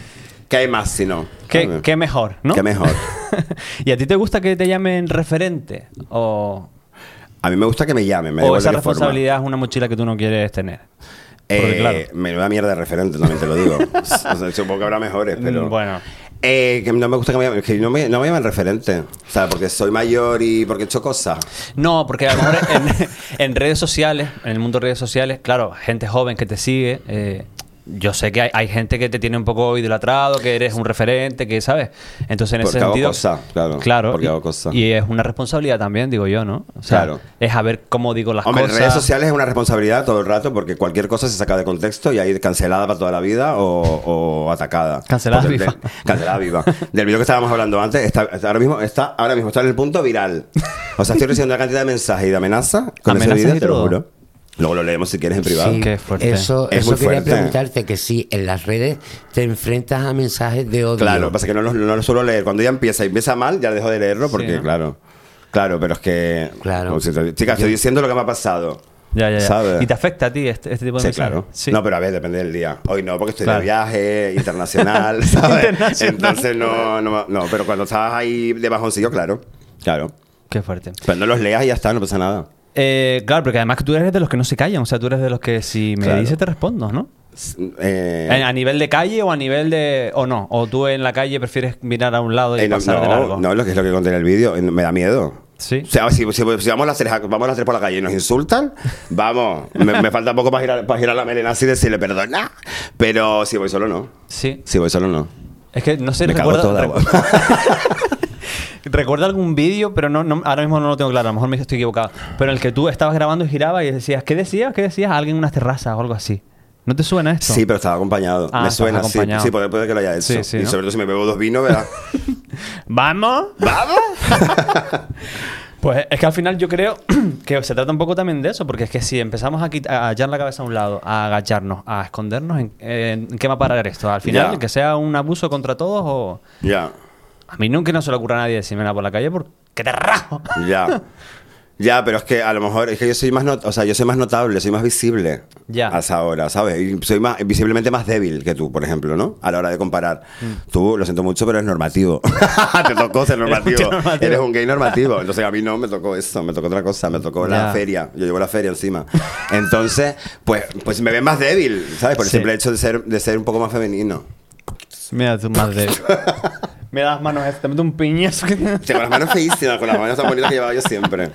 [SPEAKER 5] ¿Qué hay más si Ah, no?
[SPEAKER 3] ¿Qué,
[SPEAKER 5] Ay,
[SPEAKER 3] qué mejor, ¿no?
[SPEAKER 5] Qué mejor.
[SPEAKER 3] ¿Y a ti te gusta que te llamen referente? ¿O,
[SPEAKER 5] A mí me gusta que me llamen, me da
[SPEAKER 3] o
[SPEAKER 5] igual de
[SPEAKER 3] esa
[SPEAKER 5] qué forma.
[SPEAKER 3] responsabilidad es una mochila que tú no quieres tener? Porque,
[SPEAKER 5] Eh,
[SPEAKER 3] claro.
[SPEAKER 5] Menuda mierda de referente, también te lo digo. O sea, supongo que habrá mejores, pero.
[SPEAKER 3] Mm, bueno.
[SPEAKER 5] Eh, que no me gusta que me llamen, que no me, no me llamen referente. O sea, porque soy mayor y porque he hecho cosas.
[SPEAKER 3] No, porque a lo mejor en, en redes sociales, en el mundo de redes sociales, claro, gente joven que te sigue. eh, yo sé que hay, hay gente que te tiene un poco idolatrado, que eres un referente, que sabes. Entonces, en
[SPEAKER 5] Porque
[SPEAKER 3] ese
[SPEAKER 5] hago
[SPEAKER 3] sentido.
[SPEAKER 5] cosas, claro,
[SPEAKER 3] claro
[SPEAKER 5] porque
[SPEAKER 3] y,
[SPEAKER 5] hago cosas.
[SPEAKER 3] y es una responsabilidad también, digo yo, ¿no? O sea,
[SPEAKER 5] Claro.
[SPEAKER 3] Es a ver cómo digo las
[SPEAKER 5] Hombre,
[SPEAKER 3] cosas.
[SPEAKER 5] redes sociales es una responsabilidad todo el rato porque cualquier cosa se saca de contexto y ahí cancelada para toda la vida o, o atacada.
[SPEAKER 3] Cancelada
[SPEAKER 5] Porque el
[SPEAKER 3] viva.
[SPEAKER 5] de- cancelada viva. Del video que estábamos hablando antes, está, está ahora, mismo, está, ahora mismo está en el punto viral. O sea, estoy recibiendo una cantidad de mensajes y de amenazas con
[SPEAKER 3] Amenazas
[SPEAKER 5] ese video,
[SPEAKER 3] y
[SPEAKER 5] te lo
[SPEAKER 3] todo.
[SPEAKER 5] juro. Luego lo leemos si quieres en privado.
[SPEAKER 4] Sí,
[SPEAKER 3] Qué fuerte.
[SPEAKER 4] Eso,
[SPEAKER 5] Es
[SPEAKER 4] eso
[SPEAKER 5] muy
[SPEAKER 4] quería
[SPEAKER 5] fuerte.
[SPEAKER 4] preguntarte, que si en las redes te enfrentas a mensajes de odio.
[SPEAKER 5] Claro, pasa que no los, no los suelo leer. Cuando ya empieza y empieza mal, ya dejo de leerlo porque,
[SPEAKER 3] ¿no?
[SPEAKER 5] claro. Claro, pero es que.
[SPEAKER 4] Claro.
[SPEAKER 5] Como si te- Chicas, estoy diciendo lo que me ha pasado.
[SPEAKER 3] Ya, ya, ya.
[SPEAKER 5] ¿Sabes?
[SPEAKER 3] ¿Y te afecta a ti este, este tipo de
[SPEAKER 5] Sí,
[SPEAKER 3] mensajes?
[SPEAKER 5] claro.
[SPEAKER 3] Sí.
[SPEAKER 5] No, pero a ver, depende del día. Hoy no, porque estoy
[SPEAKER 3] Claro.
[SPEAKER 5] de viaje internacional, ¿sabes?
[SPEAKER 3] Internacional.
[SPEAKER 5] Entonces no, no, no, pero cuando estás ahí de bajoncillo, claro. Claro.
[SPEAKER 3] Qué fuerte.
[SPEAKER 5] Pero no los leas y ya está, no pasa nada.
[SPEAKER 3] Eh, claro, porque además que tú eres de los que no se callan. O sea, tú eres de los que si me
[SPEAKER 5] Claro.
[SPEAKER 3] dices te respondo, ¿no?
[SPEAKER 5] S- eh,
[SPEAKER 3] Eh, ¿A nivel de calle o a nivel de... o no? ¿O tú en la calle prefieres mirar a un lado y
[SPEAKER 5] eh, no,
[SPEAKER 3] pasar de
[SPEAKER 5] no,
[SPEAKER 3] largo?
[SPEAKER 5] no, lo que es lo que contiene el vídeo, eh, me da miedo.
[SPEAKER 3] Sí.
[SPEAKER 5] O sea, si, si- si vamos, las tres, a- vamos las tres por la calle y nos insultan, vamos. me, me falta poco para girar, para girar la melena así y decirle perdona. Pero si voy solo, no.
[SPEAKER 3] Sí.
[SPEAKER 5] Si voy solo, no.
[SPEAKER 3] Es que no sé,
[SPEAKER 5] Me cago
[SPEAKER 3] recuerda,
[SPEAKER 5] toda,
[SPEAKER 3] recu- recuerda algún vídeo, pero no, no- ahora mismo no lo tengo claro. A lo mejor me estoy equivocado. Pero en el que tú estabas grabando y girabas y decías, ¿qué decías? ¿Qué decías? Alguien en unas terrazas o algo así. ¿No te suena esto?
[SPEAKER 5] Sí, pero estaba acompañado.
[SPEAKER 3] Ah,
[SPEAKER 5] me
[SPEAKER 3] estabas
[SPEAKER 5] suena, sí.
[SPEAKER 3] acompañado.
[SPEAKER 5] Sí, puede, puede que lo haya hecho.
[SPEAKER 3] Sí, sí,
[SPEAKER 5] y
[SPEAKER 3] ¿no?
[SPEAKER 5] sobre todo si me bebo dos vinos, ¿verdad?
[SPEAKER 3] ¡Vamos!
[SPEAKER 5] ¡Vamos!
[SPEAKER 3] Pues es que al final yo creo que se trata un poco también de eso, porque es que si empezamos a, quit- a echar la cabeza a un lado, a agacharnos, a escondernos, ¿en, en qué va a parar esto? Al final,
[SPEAKER 5] Ya.
[SPEAKER 3] que sea un abuso contra todos o...
[SPEAKER 5] Ya,
[SPEAKER 3] A mí nunca no se le ocurra a nadie decirme nada por la calle porque te rajo.
[SPEAKER 5] ya. Ya, pero es que a lo mejor es que yo soy más, not- o sea, yo soy más notable, soy más visible
[SPEAKER 3] Ya.
[SPEAKER 5] hasta ahora, ¿sabes? Y soy más visiblemente más débil que tú, por ejemplo, ¿no? A la hora de comparar.
[SPEAKER 3] Mm.
[SPEAKER 5] Tú, lo siento mucho, pero es normativo. Te tocó ser normativo.
[SPEAKER 3] mucho normativo.
[SPEAKER 5] Eres un gay normativo. Entonces a mí no me tocó eso, me tocó otra cosa, me tocó
[SPEAKER 3] Ya.
[SPEAKER 5] la feria. Yo llevo la feria encima. Entonces, pues, pues me ven más débil, ¿sabes? Por el
[SPEAKER 3] Sí.
[SPEAKER 5] simple hecho de ser, de ser un poco más femenino.
[SPEAKER 3] Mira tú, madre. Me das manos, te meto un piñazo.
[SPEAKER 5] Tengo las manos feísimas, con las manos tan bonitas que llevaba yo siempre.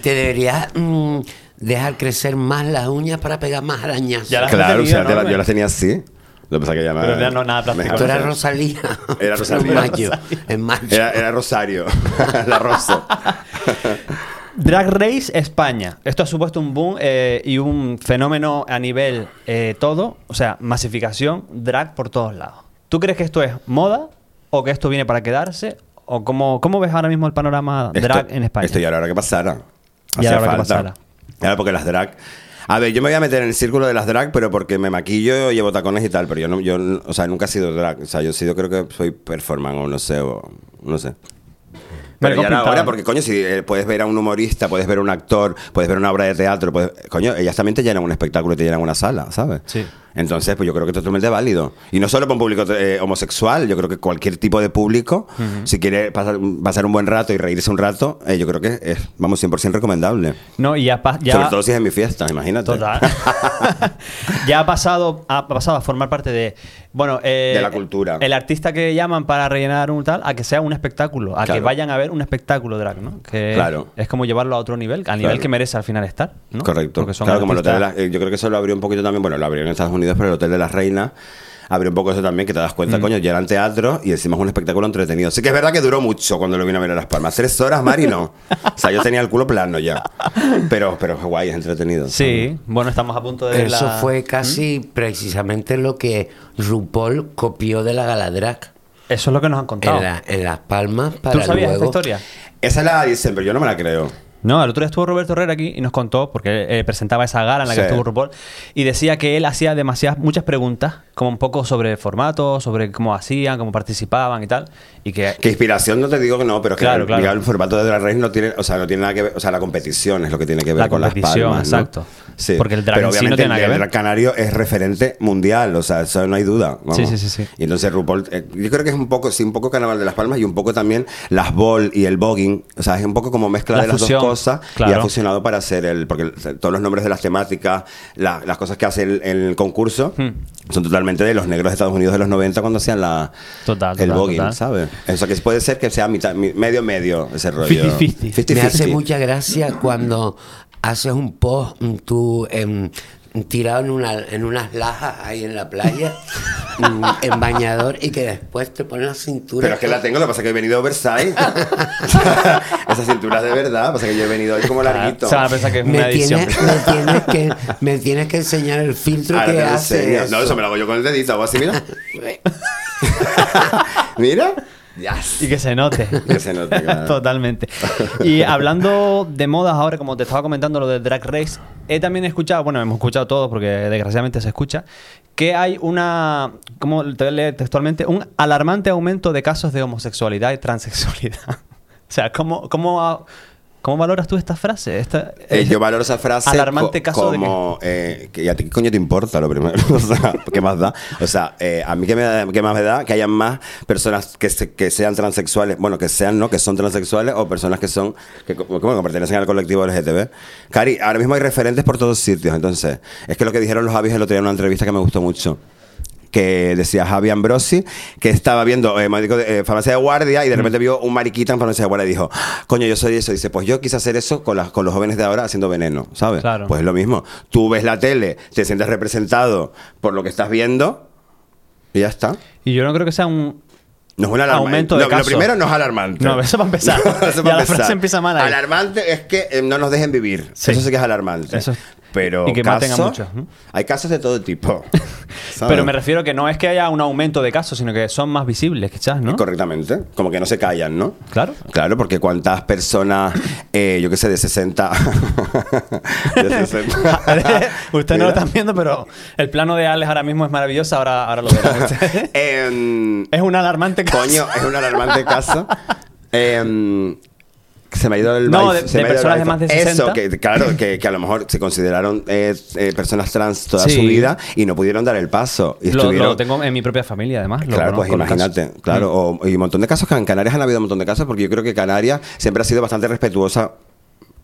[SPEAKER 4] Te deberías mm, dejar crecer más las uñas para pegar más arañazos.
[SPEAKER 3] Ya las has
[SPEAKER 5] Claro, o
[SPEAKER 3] tenido,
[SPEAKER 5] sea, te la-
[SPEAKER 3] ¿no? Pues.
[SPEAKER 5] yo las tenía así. Lo que pasa es que ya me-
[SPEAKER 3] Pero ya no, nada plástico.
[SPEAKER 5] me-
[SPEAKER 4] Tú eras Rosalía.
[SPEAKER 5] Era Rosalía.
[SPEAKER 4] En mayo. En mayo.
[SPEAKER 5] Era, era Rosario. la Rosa.
[SPEAKER 3] Drag Race España. Esto ha supuesto un boom eh, y un fenómeno a nivel eh, todo, o sea, masificación, drag por todos lados. ¿Tú crees que esto es moda o que esto viene para quedarse? ¿O cómo, cómo ves ahora mismo el panorama drag
[SPEAKER 5] Esto-
[SPEAKER 3] en España?
[SPEAKER 5] Esto ya era hora que pasara.
[SPEAKER 3] Ya era
[SPEAKER 5] Hacía
[SPEAKER 3] hora que
[SPEAKER 5] falta.
[SPEAKER 3] pasara.
[SPEAKER 5] Claro, porque las drag. A ver, yo me voy a meter en el círculo de las drag, pero porque me maquillo, llevo tacones y tal, pero yo no, yo, no- o sea, nunca he sido drag, o sea, yo he sido, creo que soy performance o no sé, o no sé. Pero
[SPEAKER 3] Maricón
[SPEAKER 5] ya era
[SPEAKER 3] pintado.
[SPEAKER 5] hora, porque coño, si eh, puedes ver a un humorista, puedes ver a un actor, puedes ver una obra de teatro, puedes- coño, ellas también te llenan un espectáculo, te llenan una sala, ¿sabes?
[SPEAKER 3] Sí.
[SPEAKER 5] Entonces, pues yo creo que es totalmente válido. Y no solo para un público eh, homosexual, yo creo que cualquier tipo de público, si quiere pasar, pasar un buen rato y reírse un rato, eh, yo creo que es, vamos, 100% recomendable.
[SPEAKER 3] No, y ya, pa- ya-
[SPEAKER 5] Sobre todo si es en mi fiesta, imagínate.
[SPEAKER 3] Total. ya ha pasado, ha pasado a formar parte de. Bueno, eh,
[SPEAKER 5] De la cultura.
[SPEAKER 3] El artista que llaman para rellenar un tal, a que sea un espectáculo, a que
[SPEAKER 5] Claro.
[SPEAKER 3] vayan a ver un espectáculo drag, ¿no? Que
[SPEAKER 5] Claro.
[SPEAKER 3] es como llevarlo a otro nivel, al nivel
[SPEAKER 5] Claro.
[SPEAKER 3] que merece al final estar, ¿no?
[SPEAKER 5] Correcto.
[SPEAKER 3] Porque son
[SPEAKER 5] claro, como el hotel
[SPEAKER 3] artistas-
[SPEAKER 5] de las- eh, yo creo que eso lo abrió un poquito también, bueno, lo abrió en Estados Unidos, pero el Hotel de las Reinas abrió un poco eso también, que te das
[SPEAKER 3] Mm.
[SPEAKER 5] cuenta, coño, ya eran teatro y encima es un espectáculo entretenido. Sí que es verdad que duró mucho cuando lo vino a ver a Las Palmas. Tres horas, Mari, no. o sea, yo tenía el culo plano ya. Pero, pero es guay, es entretenido.
[SPEAKER 3] Sí, bueno, estamos a punto de ver
[SPEAKER 4] Eso
[SPEAKER 3] la- ¿Mm?
[SPEAKER 4] fue casi precisamente lo que RuPaul copió de la Galadrac
[SPEAKER 3] Eso es lo que nos han
[SPEAKER 4] en,
[SPEAKER 3] contado.
[SPEAKER 4] la- en Las Palmas para
[SPEAKER 3] ¿Tú sabías esta
[SPEAKER 4] luego...
[SPEAKER 3] historia?
[SPEAKER 5] Esa la dicen, pero yo no me la creo.
[SPEAKER 3] No, el otro día estuvo Roberto Herrera aquí y nos contó, porque eh, presentaba esa gala en la que
[SPEAKER 5] Sí.
[SPEAKER 3] estuvo RuPaul, y decía que él hacía demasiadas, muchas preguntas, como un poco sobre formato, sobre cómo hacían, cómo participaban y tal, y que...
[SPEAKER 5] Que inspiración no te digo que no, pero es que
[SPEAKER 3] Claro,
[SPEAKER 5] el,
[SPEAKER 3] claro.
[SPEAKER 5] digamos, el formato de Drag Race no tiene, o sea, no tiene nada que ver, o sea, la competición es lo que tiene que ver
[SPEAKER 3] La
[SPEAKER 5] con las
[SPEAKER 3] competición,
[SPEAKER 5] palmas, ¿no?
[SPEAKER 3] exacto.
[SPEAKER 5] Sí.
[SPEAKER 3] Porque el drag
[SPEAKER 5] pero
[SPEAKER 3] en sí no
[SPEAKER 5] obviamente
[SPEAKER 3] tiene nada
[SPEAKER 5] el,
[SPEAKER 3] que
[SPEAKER 5] el
[SPEAKER 3] ver.
[SPEAKER 5] drag canario es referente mundial, o sea, eso no hay duda. vamos.
[SPEAKER 3] Sí, sí, sí, sí.
[SPEAKER 5] Y entonces RuPaul, eh, yo creo que es un poco, sí, un poco Carnaval de las Palmas y un poco también las ball y el bogging, o sea, es un poco como mezcla
[SPEAKER 3] La
[SPEAKER 5] de las
[SPEAKER 3] fusión,
[SPEAKER 5] dos cosas y ha
[SPEAKER 3] claro.
[SPEAKER 5] fusionado para hacer el, porque el- todos los nombres de las temáticas, la- las cosas que hace el, el concurso.
[SPEAKER 3] Hmm.
[SPEAKER 5] Son totalmente de los negros de Estados Unidos de los 90 cuando hacían la,
[SPEAKER 3] Total,
[SPEAKER 5] el
[SPEAKER 3] total,
[SPEAKER 5] bogging,
[SPEAKER 3] total.
[SPEAKER 5] ¿sabes? O sea, que puede ser que sea mitad, mi- medio medio ese rollo.
[SPEAKER 3] 50-50.
[SPEAKER 4] Me
[SPEAKER 5] 50-50.
[SPEAKER 4] hace mucha gracia cuando haces un post mm, tú em, tirado en, una, en unas lajas ahí en la playa, mm, en bañador, y que después te pones la cintura.
[SPEAKER 5] Pero es que la tengo, lo que pasa es que he venido oversize. Esas cinturas de verdad, pasa que yo he venido hoy como larguito.
[SPEAKER 3] Se van Ah, a pensar que es
[SPEAKER 4] me
[SPEAKER 3] una edición.
[SPEAKER 4] tienes, me, tienes que, me tienes que enseñar el filtro
[SPEAKER 5] Ahora
[SPEAKER 4] que
[SPEAKER 5] te lo
[SPEAKER 4] hace.
[SPEAKER 5] enseño.
[SPEAKER 4] eso.
[SPEAKER 5] Ah, No, eso me lo hago yo con el dedito, hago así, mira. mira. Yes.
[SPEAKER 3] Y que se note.
[SPEAKER 5] Que se note, claro.
[SPEAKER 3] Totalmente. Y hablando de modas ahora, como te estaba comentando lo de Drag Race, he también escuchado, bueno, hemos escuchado todo porque desgraciadamente se escucha, que hay una, como te voy a leer textualmente, un alarmante aumento de casos de homosexualidad y transexualidad. o sea, ¿cómo, cómo, cómo valoras tú esta frase? Esta,
[SPEAKER 5] Eh, yo valoro esa frase
[SPEAKER 3] Alarmante
[SPEAKER 5] co-
[SPEAKER 3] caso de
[SPEAKER 5] como eh, que a ti qué coño te importa lo primero, o sea, ¿qué más da? O sea, eh, a mí qué, me da- qué más me da que haya más personas que, se- que sean transexuales, bueno, que sean no, que son transexuales o personas que son que, co- bueno, que pertenecen al colectivo LGTB. Cari, ahora mismo hay referentes por todos sitios, entonces, es que lo que dijeron los avis el otro día en una entrevista que me gustó mucho que decía Javi Ambrosi, que estaba viendo eh, médico de, eh, farmacia de guardia y de repente vio un mariquita en farmacia de guardia y dijo, coño, yo soy eso. Dice, pues yo quise hacer eso con, las, con los jóvenes de ahora haciendo veneno, ¿sabes?
[SPEAKER 3] Claro.
[SPEAKER 5] Pues es lo mismo. Tú ves la tele, te sientes representado por lo que estás viendo y ya está.
[SPEAKER 3] Y yo no creo que sea un...
[SPEAKER 5] No es un alarma- eh,
[SPEAKER 3] Aumento de
[SPEAKER 5] lo, lo
[SPEAKER 3] casos.
[SPEAKER 5] primero no es alarmante.
[SPEAKER 3] No, eso para empezar.
[SPEAKER 5] Eso
[SPEAKER 3] Ya
[SPEAKER 5] para
[SPEAKER 3] la
[SPEAKER 5] empezar.
[SPEAKER 3] frase empieza mal ahí.
[SPEAKER 5] Alarmante es que eh, no nos dejen vivir.
[SPEAKER 3] Sí.
[SPEAKER 5] Eso sí que es alarmante.
[SPEAKER 3] Eso es-
[SPEAKER 5] Pero
[SPEAKER 3] y que maten a
[SPEAKER 5] casos-
[SPEAKER 3] muchos, ¿no?
[SPEAKER 5] Hay casos de todo tipo. ¿sabes?
[SPEAKER 3] Pero me refiero que no es que haya un aumento de casos, sino que son más visibles, quizás, ¿no?
[SPEAKER 5] Correctamente. Como que no se callan, ¿no?
[SPEAKER 3] Claro.
[SPEAKER 5] Claro, porque cuántas personas, eh, yo qué sé, de 60. de 60.
[SPEAKER 3] Ustedes Ah, eh, no lo
[SPEAKER 5] Mira.
[SPEAKER 3] están viendo, pero el plano de Alex ahora mismo es maravilloso. Ahora, ahora lo verán ustedes.
[SPEAKER 5] Em,
[SPEAKER 3] es un alarmante caso.
[SPEAKER 5] coño, es un alarmante caso. Em, se me ha ido el
[SPEAKER 3] No,
[SPEAKER 5] iPhone-
[SPEAKER 3] de-
[SPEAKER 5] se me
[SPEAKER 3] de
[SPEAKER 5] ha ido el
[SPEAKER 3] personas de
[SPEAKER 5] iPhone.
[SPEAKER 3] más de 60.
[SPEAKER 5] Eso, que, claro, que, que a lo mejor se consideraron eh, eh, personas trans toda su
[SPEAKER 3] Sí.
[SPEAKER 5] vida y no pudieron dar el paso. Y
[SPEAKER 3] Lo,
[SPEAKER 5] estuvieron,
[SPEAKER 3] lo tengo en mi propia familia, además. lo Mm.
[SPEAKER 5] Claro, pues
[SPEAKER 3] conozco el caso.
[SPEAKER 5] imagínate, claro, o- y un montón de casos que en Canarias han habido un montón de casos, porque yo creo que Canarias siempre ha sido bastante respetuosa,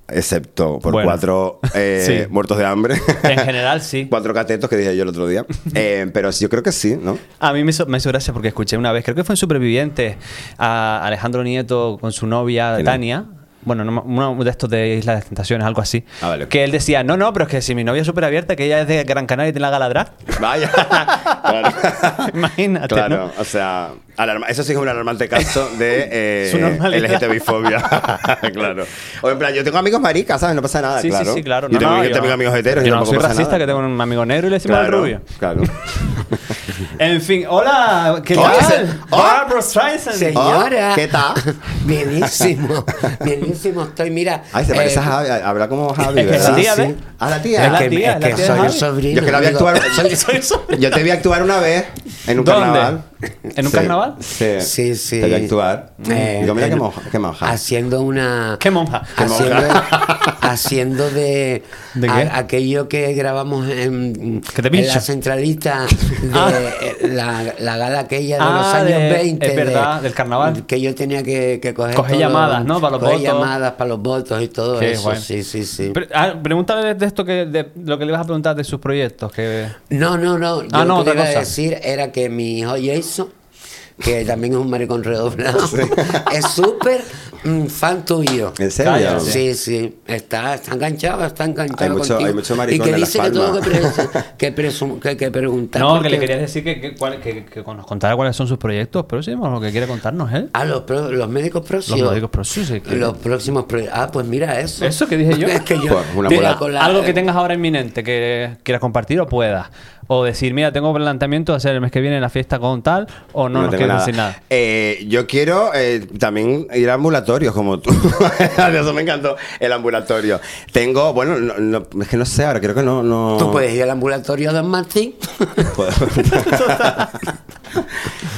[SPEAKER 5] excepto por
[SPEAKER 3] Bueno.
[SPEAKER 5] cuatro eh,
[SPEAKER 3] Sí.
[SPEAKER 5] muertos de hambre.
[SPEAKER 3] En general, sí.
[SPEAKER 5] cuatro catetos que dije yo el otro día. Eh, pero sí, yo creo que sí, ¿no?
[SPEAKER 3] A mí me hizo, me hizo gracia porque escuché una vez, creo que fue en Supervivientes, a Alejandro Nieto con su novia
[SPEAKER 5] ¿Quién es?
[SPEAKER 3] Tania. Bueno, no me- uno de estos de Isla de las Tentaciones, algo así.
[SPEAKER 5] Ah, vale.
[SPEAKER 3] Que él decía, no, no, pero es que si mi novia es súper abierta, que ella es de Gran Canaria y tiene la galadra.
[SPEAKER 5] Vaya. claro.
[SPEAKER 3] Imagínate,
[SPEAKER 5] Claro,
[SPEAKER 3] ¿no?
[SPEAKER 5] o sea, alarma- eso sí que es un alarmante caso de
[SPEAKER 3] Su normalidad.
[SPEAKER 5] eh, fobia claro. O en plan, yo tengo amigos maricas, ¿sabes? No pasa nada,
[SPEAKER 3] Sí,
[SPEAKER 5] Ah, claro.
[SPEAKER 3] sí, sí, claro.
[SPEAKER 5] Yo
[SPEAKER 3] No,
[SPEAKER 5] tengo,
[SPEAKER 3] no,
[SPEAKER 5] yo
[SPEAKER 3] yo
[SPEAKER 5] tengo
[SPEAKER 3] no.
[SPEAKER 5] amigos heteros,
[SPEAKER 3] Yo
[SPEAKER 5] yo
[SPEAKER 3] no
[SPEAKER 5] tampoco
[SPEAKER 3] soy
[SPEAKER 5] pasa
[SPEAKER 3] racista,
[SPEAKER 5] nada.
[SPEAKER 3] que tengo un amigo negro y le decimos al
[SPEAKER 5] claro,
[SPEAKER 3] rubio.
[SPEAKER 5] Claro.
[SPEAKER 3] En fin, hola, ¿qué
[SPEAKER 5] Hola,
[SPEAKER 3] tal?
[SPEAKER 5] se- oh.
[SPEAKER 3] Barbara Streisand.
[SPEAKER 4] Señora.
[SPEAKER 5] Oh, ¿qué tal?
[SPEAKER 4] Bienísimo, bienísimo estoy. Mira.
[SPEAKER 5] Ay, se
[SPEAKER 4] eh,
[SPEAKER 5] parece a Javi, habla como Javi,
[SPEAKER 3] es que
[SPEAKER 5] ¿verdad?
[SPEAKER 3] es la tía, ¿ves?
[SPEAKER 5] A la
[SPEAKER 3] Es
[SPEAKER 5] tía.
[SPEAKER 3] la
[SPEAKER 4] que-
[SPEAKER 3] tía,
[SPEAKER 4] es
[SPEAKER 3] la
[SPEAKER 4] que
[SPEAKER 3] tía de
[SPEAKER 4] soy
[SPEAKER 3] Javi.
[SPEAKER 4] el sobrino.
[SPEAKER 5] Yo es que la vi
[SPEAKER 4] digo,
[SPEAKER 5] actuar-
[SPEAKER 4] soy-
[SPEAKER 3] Soy su-
[SPEAKER 5] Yo te vi actuar una vez en un
[SPEAKER 3] ¿Dónde?
[SPEAKER 5] carnaval.
[SPEAKER 3] ¿En un carnaval?
[SPEAKER 5] Sí,
[SPEAKER 4] Sí, sí.
[SPEAKER 5] Te vi actuar.
[SPEAKER 4] Eh,
[SPEAKER 5] Digo, mira
[SPEAKER 4] en- Ah,
[SPEAKER 5] qué moja, qué moja.
[SPEAKER 4] Haciendo una.
[SPEAKER 3] Qué monja.
[SPEAKER 5] Qué
[SPEAKER 4] haciendo,
[SPEAKER 5] monja.
[SPEAKER 4] haciendo de,
[SPEAKER 3] ¿De
[SPEAKER 4] a-
[SPEAKER 3] qué?
[SPEAKER 4] aquello que grabamos en,
[SPEAKER 3] te
[SPEAKER 4] en
[SPEAKER 3] pincho?
[SPEAKER 4] la centralita de
[SPEAKER 3] Ah.
[SPEAKER 4] eh, la, la gala aquella de
[SPEAKER 3] Ah,
[SPEAKER 4] los años
[SPEAKER 3] de-
[SPEAKER 4] 20.
[SPEAKER 3] es
[SPEAKER 4] de-
[SPEAKER 3] verdad, del carnaval.
[SPEAKER 4] Que yo tenía que, que coger.
[SPEAKER 3] Coger llamadas, ¿no? Para los
[SPEAKER 4] coger
[SPEAKER 3] votos.
[SPEAKER 4] llamadas para los votos y todo
[SPEAKER 3] Qué
[SPEAKER 4] eso.
[SPEAKER 3] guay.
[SPEAKER 4] Sí, sí, sí.
[SPEAKER 3] Pero, ah, pregúntale de esto que de lo que le vas a preguntar de sus proyectos que
[SPEAKER 4] No, no, no. Yo
[SPEAKER 3] Ah, no,
[SPEAKER 4] lo que
[SPEAKER 3] otra
[SPEAKER 4] te iba
[SPEAKER 3] cosa.
[SPEAKER 4] a decir era que mi hijo Jason, que también es un maricón redoblado, es súper mm, fan tuyo.
[SPEAKER 5] ¿En serio?
[SPEAKER 3] Cállate.
[SPEAKER 4] Sí, sí. Está, está enganchado, está enganchado.
[SPEAKER 5] Hay mucho-
[SPEAKER 4] contigo.
[SPEAKER 5] hay mucho maricón
[SPEAKER 4] Y que
[SPEAKER 5] en Las
[SPEAKER 4] dice que tengo
[SPEAKER 5] Palmas.
[SPEAKER 4] que, presu- que, presu- que- que preguntar.
[SPEAKER 3] no que
[SPEAKER 4] porque-
[SPEAKER 3] le querías decir que, que, cuál- que- que nos contara cuáles son sus proyectos pero sí lo que quiere contarnos él
[SPEAKER 4] Ah, los, pro- los médicos próximos.
[SPEAKER 3] Los médicos próximos, sí, que-
[SPEAKER 4] Los próximos pro- Ah, pues mira eso.
[SPEAKER 3] ¿Eso que dije yo?
[SPEAKER 4] es que yo.
[SPEAKER 5] Pues, una
[SPEAKER 4] Mira,
[SPEAKER 5] bola.
[SPEAKER 4] con la-
[SPEAKER 3] algo que tengas ahora inminente que quieras compartir o puedas o decir mira tengo planteamiento de hacer el mes que viene la fiesta con tal o no,
[SPEAKER 5] No
[SPEAKER 3] nos
[SPEAKER 5] tengo nada.
[SPEAKER 3] decir nada.
[SPEAKER 5] Eh, yo quiero eh, también ir a ambulatorios como tú. Eso me encantó, el ambulatorio. Tengo, bueno, no- no- es que no sé, ahora creo que no... no...
[SPEAKER 4] Tú puedes ir al ambulatorio de Martín.
[SPEAKER 5] Puedo.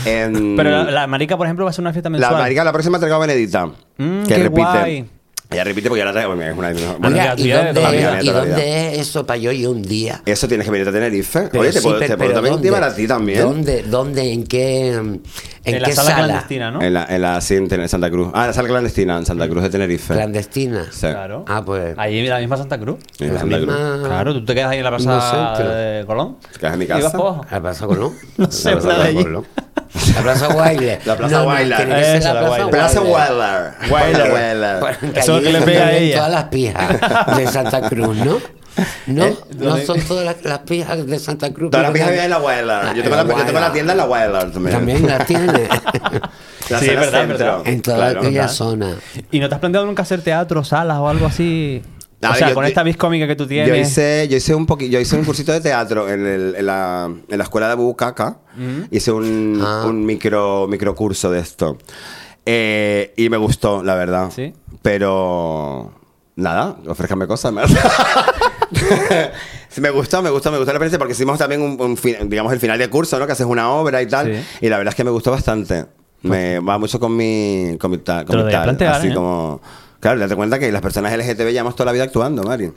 [SPEAKER 5] Em,
[SPEAKER 3] Pero la, la marica, por ejemplo, va a ser una fiesta
[SPEAKER 5] la
[SPEAKER 3] mensual.
[SPEAKER 5] marica, la próxima traigo a Benedita.
[SPEAKER 3] Mm,
[SPEAKER 5] que
[SPEAKER 3] qué
[SPEAKER 5] repite.
[SPEAKER 3] guay.
[SPEAKER 5] Ella repite porque yo la traigo. Es una de mis-
[SPEAKER 3] Bueno,
[SPEAKER 4] Mira,
[SPEAKER 3] ya,
[SPEAKER 4] ¿y
[SPEAKER 3] ya de toda la
[SPEAKER 4] dónde,
[SPEAKER 5] vida, de
[SPEAKER 4] ¿y
[SPEAKER 5] toda la
[SPEAKER 4] dónde
[SPEAKER 5] vida.
[SPEAKER 4] es eso para yo ir un día?
[SPEAKER 5] Eso tienes que venir a Tenerife.
[SPEAKER 4] Pero
[SPEAKER 5] Oye, te
[SPEAKER 4] sí,
[SPEAKER 5] puedo,
[SPEAKER 4] pe-
[SPEAKER 5] te puedo
[SPEAKER 4] pero
[SPEAKER 5] también
[SPEAKER 4] ¿dónde?
[SPEAKER 5] llevar a ti también.
[SPEAKER 4] ¿Dónde? ¿Dónde? ¿En qué, en
[SPEAKER 3] En, la
[SPEAKER 4] qué
[SPEAKER 3] sala, clandestina, Ah, ¿no?
[SPEAKER 5] En la, en la sí, en Tene- Santa Cruz. Ah, en la sala clandestina, en Santa Cruz de Tenerife.
[SPEAKER 4] ¿Clandestina?
[SPEAKER 5] Sí.
[SPEAKER 3] Claro.
[SPEAKER 4] Ah, pues.
[SPEAKER 3] Ahí en la misma Santa Cruz.
[SPEAKER 5] Sí, en
[SPEAKER 4] La
[SPEAKER 5] Santa Cruz.
[SPEAKER 4] misma- Ah.
[SPEAKER 3] Claro, tú te quedas ahí en la plaza
[SPEAKER 4] No sé, pero-
[SPEAKER 3] de Colón.
[SPEAKER 5] Te quedas en mi
[SPEAKER 3] Y vas
[SPEAKER 5] casa.
[SPEAKER 3] pa' abajo.
[SPEAKER 4] ¿La Plaza Colón?
[SPEAKER 3] sé,
[SPEAKER 4] la Plaza
[SPEAKER 3] nada de allí.
[SPEAKER 4] Colón. La Plaza Wilder.
[SPEAKER 5] La Plaza Wilder.
[SPEAKER 4] tiene que ser
[SPEAKER 3] Esa, la
[SPEAKER 4] la
[SPEAKER 3] Wilder.
[SPEAKER 4] Plaza
[SPEAKER 5] Plaza
[SPEAKER 4] Wilder.
[SPEAKER 5] Weller. Weller.
[SPEAKER 3] Eso
[SPEAKER 4] Porque
[SPEAKER 3] es lo
[SPEAKER 4] allí
[SPEAKER 3] que le pega a
[SPEAKER 4] viven
[SPEAKER 3] ella.
[SPEAKER 4] todas las pijas de Santa Cruz, ¿no? No,
[SPEAKER 5] ¿Eh?
[SPEAKER 4] no
[SPEAKER 5] ¿Dónde?
[SPEAKER 4] son todas las, las pijas de Santa Cruz.
[SPEAKER 5] Todas las
[SPEAKER 4] Porque
[SPEAKER 5] pijas viven en la
[SPEAKER 4] Ah,
[SPEAKER 5] Weller. Yo tengo
[SPEAKER 4] en
[SPEAKER 5] la, yo tengo la
[SPEAKER 4] Wilder.
[SPEAKER 5] tienda en la Weller también.
[SPEAKER 4] También las tiene.
[SPEAKER 5] La
[SPEAKER 3] Sí,
[SPEAKER 5] zona
[SPEAKER 3] es verdad, es
[SPEAKER 5] centro.
[SPEAKER 3] verdad.
[SPEAKER 4] en toda
[SPEAKER 5] Claro.
[SPEAKER 4] aquella
[SPEAKER 3] total.
[SPEAKER 4] zona.
[SPEAKER 3] ¿Y no te has planteado nunca hacer teatro, salas o algo así?
[SPEAKER 5] A
[SPEAKER 3] o
[SPEAKER 5] ver,
[SPEAKER 3] sea,
[SPEAKER 5] yo-
[SPEAKER 3] con
[SPEAKER 5] yo-
[SPEAKER 3] esta vis cómica que tú tienes.
[SPEAKER 5] Yo hice, yo hice un poqui- yo hice un cursito de teatro en, el- en la, en la escuela de Bucaca.
[SPEAKER 3] Mm.
[SPEAKER 5] Hice un,
[SPEAKER 4] Ah.
[SPEAKER 5] un micro, microcurso de esto. Eh, y me gustó, la verdad.
[SPEAKER 3] Sí.
[SPEAKER 5] Pero nada, ofrézcame cosas. me- Sí, me gustó, me gustó, me gustó la experiencia porque hicimos también un, un fin- digamos el final de curso, ¿no? Que haces una obra y tal.
[SPEAKER 3] Sí. Pues
[SPEAKER 5] Y la verdad es que me gustó bastante. Me va mucho con mi, con mi tal.
[SPEAKER 3] Te
[SPEAKER 5] Con
[SPEAKER 3] lo
[SPEAKER 5] mi
[SPEAKER 3] voy a
[SPEAKER 5] tal.
[SPEAKER 3] plantear,
[SPEAKER 5] así
[SPEAKER 3] ¿eh?
[SPEAKER 5] como. Claro, date cuenta que las personas LGTB llevamos toda la vida actuando, Mari.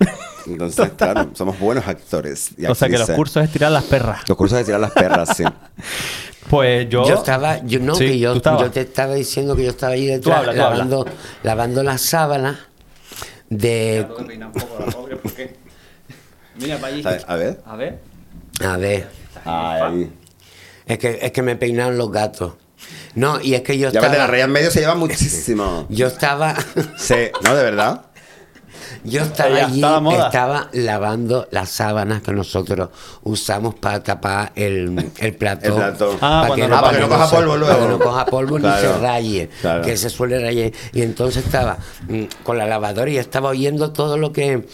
[SPEAKER 5] Entonces, claro, somos buenos actores. y
[SPEAKER 3] o sea, que los
[SPEAKER 5] actrices.
[SPEAKER 3] cursos es tirar las perras.
[SPEAKER 5] Los cursos de tirar las perras, sí.
[SPEAKER 3] Pues yo.
[SPEAKER 4] Yo, estaba, yo no,
[SPEAKER 3] Sí,
[SPEAKER 4] que yo,
[SPEAKER 3] tú estabas.
[SPEAKER 4] yo te estaba diciendo que yo estaba ahí detrás
[SPEAKER 3] habla, tú habla.
[SPEAKER 4] lavando, lavando las sábanas de.
[SPEAKER 3] Mira, para allí.
[SPEAKER 5] ¿Sabes? A ver.
[SPEAKER 3] A ver.
[SPEAKER 4] A ver,
[SPEAKER 5] Ahí.
[SPEAKER 4] es que, es que me peinaron los gatos. No, y es que yo
[SPEAKER 5] Ya ves, de la
[SPEAKER 4] estaba.
[SPEAKER 5] raya en medio se lleva muchísimo.
[SPEAKER 4] Yo estaba.
[SPEAKER 5] Sí, ¿no? ¿De verdad?
[SPEAKER 4] Yo estaba
[SPEAKER 3] Ya
[SPEAKER 4] allí,
[SPEAKER 3] estaba moda.
[SPEAKER 4] estaba lavando las sábanas que nosotros usamos para tapar el, el plató.
[SPEAKER 5] El plató.
[SPEAKER 3] Ah,
[SPEAKER 4] Pa'
[SPEAKER 3] cuando
[SPEAKER 5] no- ah, para que no coja
[SPEAKER 4] se-
[SPEAKER 5] polvo luego.
[SPEAKER 4] Para que no coja polvo
[SPEAKER 5] Claro,
[SPEAKER 4] ni se raye,
[SPEAKER 5] claro.
[SPEAKER 4] que se suele rayar. Y entonces estaba mm, con la lavadora y estaba oyendo todo lo que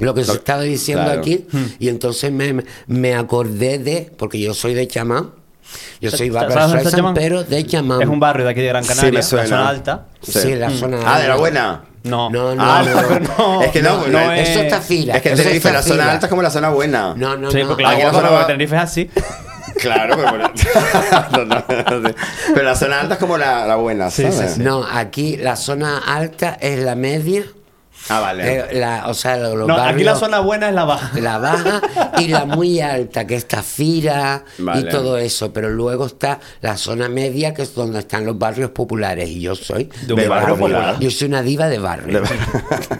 [SPEAKER 4] lo que se
[SPEAKER 5] Lo-
[SPEAKER 4] estaba diciendo
[SPEAKER 5] claro.
[SPEAKER 4] aquí.
[SPEAKER 3] Hmm.
[SPEAKER 4] Y entonces me, me acordé de, porque yo soy de chamán, yo soy
[SPEAKER 3] ¿Sabes
[SPEAKER 4] Bárbara
[SPEAKER 3] dónde está
[SPEAKER 4] Streisand,
[SPEAKER 3] Chamán?
[SPEAKER 4] pero de chamán.
[SPEAKER 3] Es un barrio de aquí de Gran Canaria,
[SPEAKER 5] sí, me suena.
[SPEAKER 3] la zona alta.
[SPEAKER 4] Sí, la zona
[SPEAKER 5] Ah, de la
[SPEAKER 4] alta.
[SPEAKER 5] buena.
[SPEAKER 3] No.
[SPEAKER 4] No, no,
[SPEAKER 5] Ah,
[SPEAKER 4] no.
[SPEAKER 3] no.
[SPEAKER 5] Es que no,
[SPEAKER 3] No,
[SPEAKER 5] no,
[SPEAKER 3] no
[SPEAKER 5] es.
[SPEAKER 4] Eso está fila.
[SPEAKER 5] Es que
[SPEAKER 4] eso
[SPEAKER 5] Tenerife,
[SPEAKER 4] está
[SPEAKER 5] la zona
[SPEAKER 4] fila.
[SPEAKER 5] alta es como la zona buena.
[SPEAKER 4] No, no,
[SPEAKER 3] sí,
[SPEAKER 4] no.
[SPEAKER 3] porque
[SPEAKER 5] Aquí
[SPEAKER 3] la
[SPEAKER 5] Ah, la zona
[SPEAKER 3] zona de
[SPEAKER 5] va-
[SPEAKER 3] Tenerife es así.
[SPEAKER 5] Claro, pero bueno. No, no, no sé. Pero la zona alta es como la, la buena,
[SPEAKER 3] Sí, sí,
[SPEAKER 5] ¿sabes?
[SPEAKER 3] sí.
[SPEAKER 4] No, aquí la zona alta es la media,
[SPEAKER 5] Ah, vale.
[SPEAKER 4] eh, la, o sea, los
[SPEAKER 3] No, aquí la
[SPEAKER 4] barrios,
[SPEAKER 3] zona buena es la baja.
[SPEAKER 4] la baja y la muy alta, que está Fira y
[SPEAKER 5] Vale.
[SPEAKER 4] todo eso, pero luego está la zona media, que es donde están los barrios populares, y yo soy
[SPEAKER 3] un
[SPEAKER 5] barrio popular.
[SPEAKER 4] Yo soy una diva de barrio.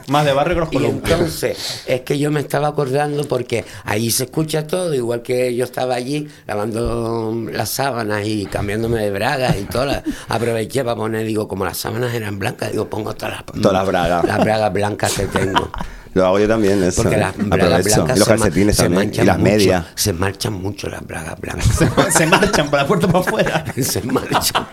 [SPEAKER 3] Más de barrio que los
[SPEAKER 4] Y
[SPEAKER 3] colombianos.
[SPEAKER 4] entonces es que yo me estaba acordando porque ahí se escucha todo, igual que yo estaba allí lavando las sábanas y cambiándome de bragas y todas. Aproveché para poner, digo, como las sábanas eran blancas, digo, pongo todas las,
[SPEAKER 5] Todas las bragas.
[SPEAKER 4] las bragas blancas que tengo.
[SPEAKER 5] Lo hago yo también, Ah, eso.
[SPEAKER 4] Porque las bragas
[SPEAKER 5] Aprovecho.
[SPEAKER 4] blancas
[SPEAKER 5] Y los
[SPEAKER 4] se ma-
[SPEAKER 5] calcetines
[SPEAKER 4] se
[SPEAKER 5] también.
[SPEAKER 4] manchan
[SPEAKER 5] Y las
[SPEAKER 4] mucho,
[SPEAKER 5] medias.
[SPEAKER 4] Se marchan mucho las bragas blancas.
[SPEAKER 3] Se marchan para la puerta para afuera.
[SPEAKER 4] se marcha.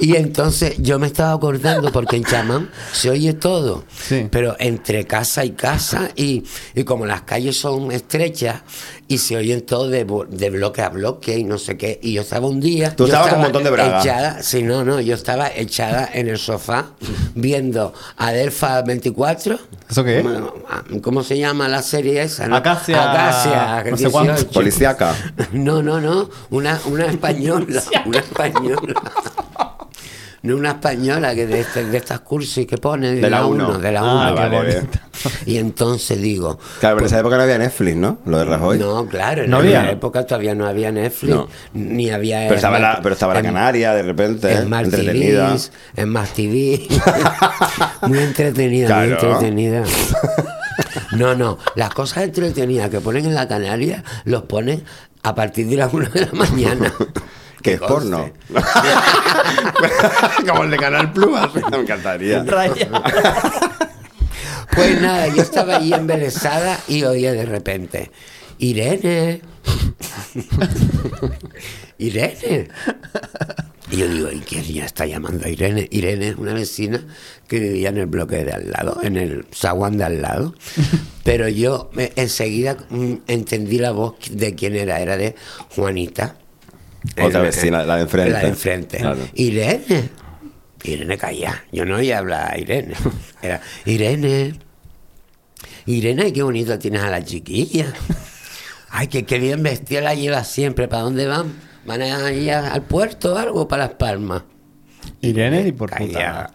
[SPEAKER 4] Y entonces yo me estaba acordando porque en chamán se oye todo,
[SPEAKER 3] Sí.
[SPEAKER 4] pero entre casa y casa y, y como las calles son estrechas y se oyen todo de, bo- de bloque a bloque y no sé qué. Y yo estaba un día...
[SPEAKER 5] Tú
[SPEAKER 4] yo
[SPEAKER 5] estabas con un montón de bragas.
[SPEAKER 4] Echada, sí, no, no, yo estaba echada en el sofá viendo a Delfa 24.
[SPEAKER 3] ¿Eso
[SPEAKER 5] ¿Eh?
[SPEAKER 3] qué es?
[SPEAKER 4] Bueno, ¿Cómo se llama la serie esa? no?
[SPEAKER 3] Acacia-
[SPEAKER 4] Acacia,
[SPEAKER 3] no sé cuánto.
[SPEAKER 4] 18.
[SPEAKER 5] Policiaca.
[SPEAKER 4] No, no, no. Una, una española. Una española. No, una española que de, este- de estas cursos que pone.
[SPEAKER 5] De la uno.
[SPEAKER 4] uno, De la
[SPEAKER 3] Ah,
[SPEAKER 4] uno.
[SPEAKER 3] qué
[SPEAKER 5] vale, bien.
[SPEAKER 3] bonito.
[SPEAKER 4] Y entonces digo.
[SPEAKER 5] Claro, pero en esa época no había Netflix, ¿no? Lo de Rajoy.
[SPEAKER 4] No, claro, en
[SPEAKER 3] ¿No
[SPEAKER 4] aquella
[SPEAKER 3] había?
[SPEAKER 4] época todavía no había Netflix,
[SPEAKER 5] No.
[SPEAKER 4] ni había...
[SPEAKER 5] Pero estaba, la, pero estaba la
[SPEAKER 4] en-
[SPEAKER 5] Canaria de repente,
[SPEAKER 4] en Smart
[SPEAKER 5] entretenida.
[SPEAKER 4] TV, en Más TV. muy entretenida, muy
[SPEAKER 5] Claro.
[SPEAKER 4] entretenida. No, no, las cosas entretenidas que ponen en la Canaria los ponen a partir de las 1 de la mañana.
[SPEAKER 5] Que es
[SPEAKER 4] conste.
[SPEAKER 5] porno. Como el de Canal Plus. así, Me encantaría.
[SPEAKER 3] Raya.
[SPEAKER 4] Pues nada, yo estaba ahí embelesada y oía de repente, Irene. Irene. Y yo digo, ¿y quién ya está llamando a Irene? Irene es una vecina que vivía en el bloque de al lado, en el zaguán de al lado. Pero yo me- enseguida mm, entendí la voz de quién era, era de Juanita.
[SPEAKER 5] Otra vecina, la de enfrente.
[SPEAKER 4] La de enfrente.
[SPEAKER 5] Claro.
[SPEAKER 4] Irene. Irene calla. Yo no oía hablar a Irene. Era Irene. Irene, ay, qué bonita tienes a la chiquilla. Ay, que qué bien vestida la llevas siempre. ¿Para dónde van? ¿Van a ir a- al puerto o algo para Las Palmas?
[SPEAKER 3] Irene, y por
[SPEAKER 4] Calla.
[SPEAKER 3] puta.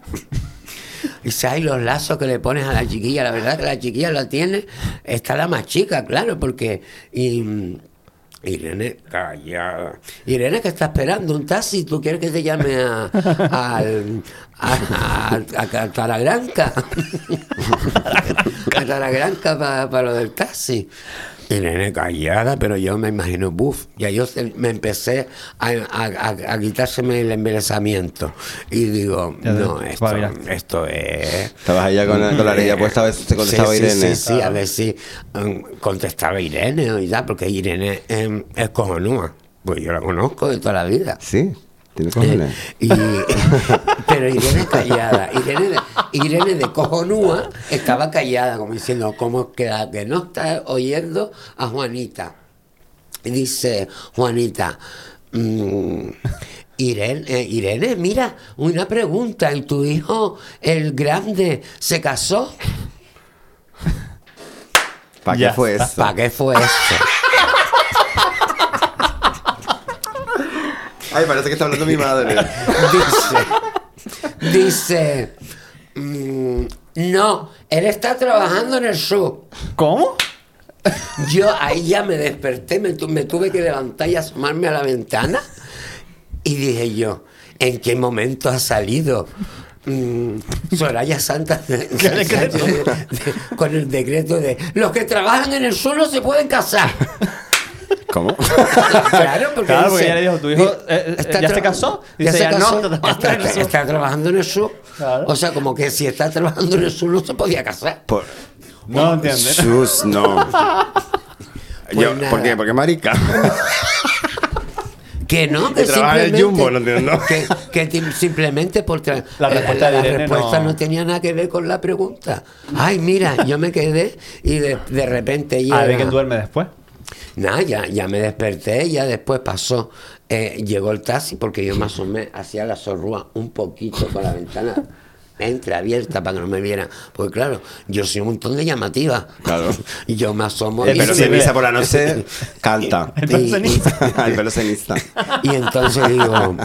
[SPEAKER 4] Dice, ay, los lazos que le pones a la chiquilla, la verdad que la chiquilla la tiene, está la más chica, claro, porque y, mm, Irene, callada. Irene que está esperando un taxi, tú quieres que te llame a, al- a, a- a- a Taragranca. a Taragranca para lo del taxi. Irene callada, pero yo me imagino, buf, ya yo se- me empecé a, a, a- a quitárseme el embelezamiento. Y digo,
[SPEAKER 3] Ya te
[SPEAKER 4] no, esto,
[SPEAKER 3] espabilaste.
[SPEAKER 4] esto es...
[SPEAKER 5] Estabas allá con, la- con la orilla puesta, a veces Pues, te contestaba
[SPEAKER 4] Mm. Sí, sí,
[SPEAKER 5] Irene.
[SPEAKER 4] Sí, sí, a ver si um, contestaba Irene y tal, porque Irene em, es cojonúa. Pues yo la conozco de toda la vida. Eh,
[SPEAKER 5] Sí, tiene cojones.
[SPEAKER 4] Y, pero Irene callada. Irene de, Irene de cojonúa estaba callada, como diciendo, ¿cómo es que, la que no está oyendo a Juanita? Y dice Juanita, mm, Irene, eh, Irene, mira, una pregunta, ¿y tu hijo, el grande, se casó?
[SPEAKER 5] ¿Para qué
[SPEAKER 3] Ya
[SPEAKER 5] fue
[SPEAKER 3] está.
[SPEAKER 5] eso?
[SPEAKER 4] ¿Para qué fue eso?
[SPEAKER 5] Ay, parece que está hablando mi madre.
[SPEAKER 4] dice, dice, mm, no, él está trabajando en el show.
[SPEAKER 3] ¿Cómo?
[SPEAKER 4] Yo ahí ya me desperté, me, tu- me tuve que levantar y asomarme a la ventana. Y dije yo, ¿en qué momento ha salido? mm, Soraya Santa
[SPEAKER 3] decreto?
[SPEAKER 4] con el decreto de los que trabajan en el suelo se pueden casar.
[SPEAKER 5] ¿Cómo?
[SPEAKER 4] claro, porque,
[SPEAKER 3] Claro, porque
[SPEAKER 4] dice,
[SPEAKER 3] ella le dijo, tu hijo, eh, eh,
[SPEAKER 4] está
[SPEAKER 3] ¿ya
[SPEAKER 4] tra-
[SPEAKER 3] se casó?
[SPEAKER 4] ya
[SPEAKER 3] Dice
[SPEAKER 4] se
[SPEAKER 3] ella,
[SPEAKER 4] casó,
[SPEAKER 3] no, está trabajando
[SPEAKER 4] está,
[SPEAKER 3] en el sur.
[SPEAKER 4] está trabajando en el sur.
[SPEAKER 3] Claro.
[SPEAKER 4] O sea, como que si está trabajando en el sur no se podía casar.
[SPEAKER 5] Por...
[SPEAKER 3] No lo entiendes.
[SPEAKER 5] Sus, no. Yo,
[SPEAKER 4] nada.
[SPEAKER 5] ¿Por qué? Porque marica.
[SPEAKER 4] Que no, que
[SPEAKER 5] trabaja en
[SPEAKER 4] simplemente...
[SPEAKER 5] el Jumbo, no entiendo.
[SPEAKER 4] Que, que tim- simplemente por... tra- eh,
[SPEAKER 3] La respuesta de Irene
[SPEAKER 4] respuesta
[SPEAKER 3] no-
[SPEAKER 4] no. tenía nada que ver con la pregunta. Ay, mira, yo me quedé y de, de repente llega...
[SPEAKER 3] A ver quién duerme después.
[SPEAKER 4] Nada, ya, ya me desperté, ya después pasó. eh, llegó el taxi porque yo me asomé hacia la zorrúa un poquito con la ventana entreabierta para que no me vieran. Porque claro, yo soy un montón de llamativa.
[SPEAKER 5] Claro. Eh,
[SPEAKER 4] Y yo me asomo
[SPEAKER 3] El
[SPEAKER 4] y,
[SPEAKER 5] Pero
[SPEAKER 3] Sí,
[SPEAKER 5] ceniza
[SPEAKER 3] mira.
[SPEAKER 5] por la noche canta.
[SPEAKER 3] El pelo
[SPEAKER 4] Y-
[SPEAKER 3] ceniza.
[SPEAKER 5] El pelo ceniza.
[SPEAKER 4] y entonces digo,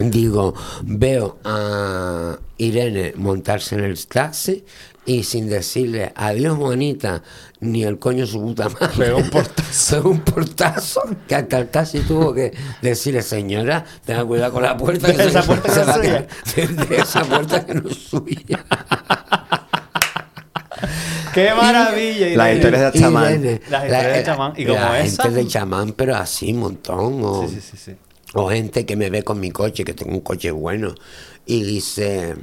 [SPEAKER 4] digo, veo a Irene montarse en el taxi y sin decirle adiós Juanita ni el coño su puta madre.
[SPEAKER 3] Pegó un
[SPEAKER 4] portazo. un portazo que hasta el taxi tuvo que decirle, señora, tenga cuidado con la puerta.
[SPEAKER 3] De esa
[SPEAKER 4] se-
[SPEAKER 3] puerta
[SPEAKER 4] se
[SPEAKER 3] que
[SPEAKER 4] va a
[SPEAKER 3] es suya.
[SPEAKER 4] caer". De esa puerta que no es suya.
[SPEAKER 3] ¡Qué maravilla! Irene!
[SPEAKER 5] Las historias de
[SPEAKER 4] Y
[SPEAKER 5] chamán.
[SPEAKER 4] Irene, eh,
[SPEAKER 3] Las historias de chamán, y como
[SPEAKER 4] la
[SPEAKER 3] esa-
[SPEAKER 4] gente de chamán, pero así un montón. o-
[SPEAKER 3] Sí, sí, sí, sí.
[SPEAKER 4] o gente que me ve con mi coche, que tengo un coche bueno, y dice,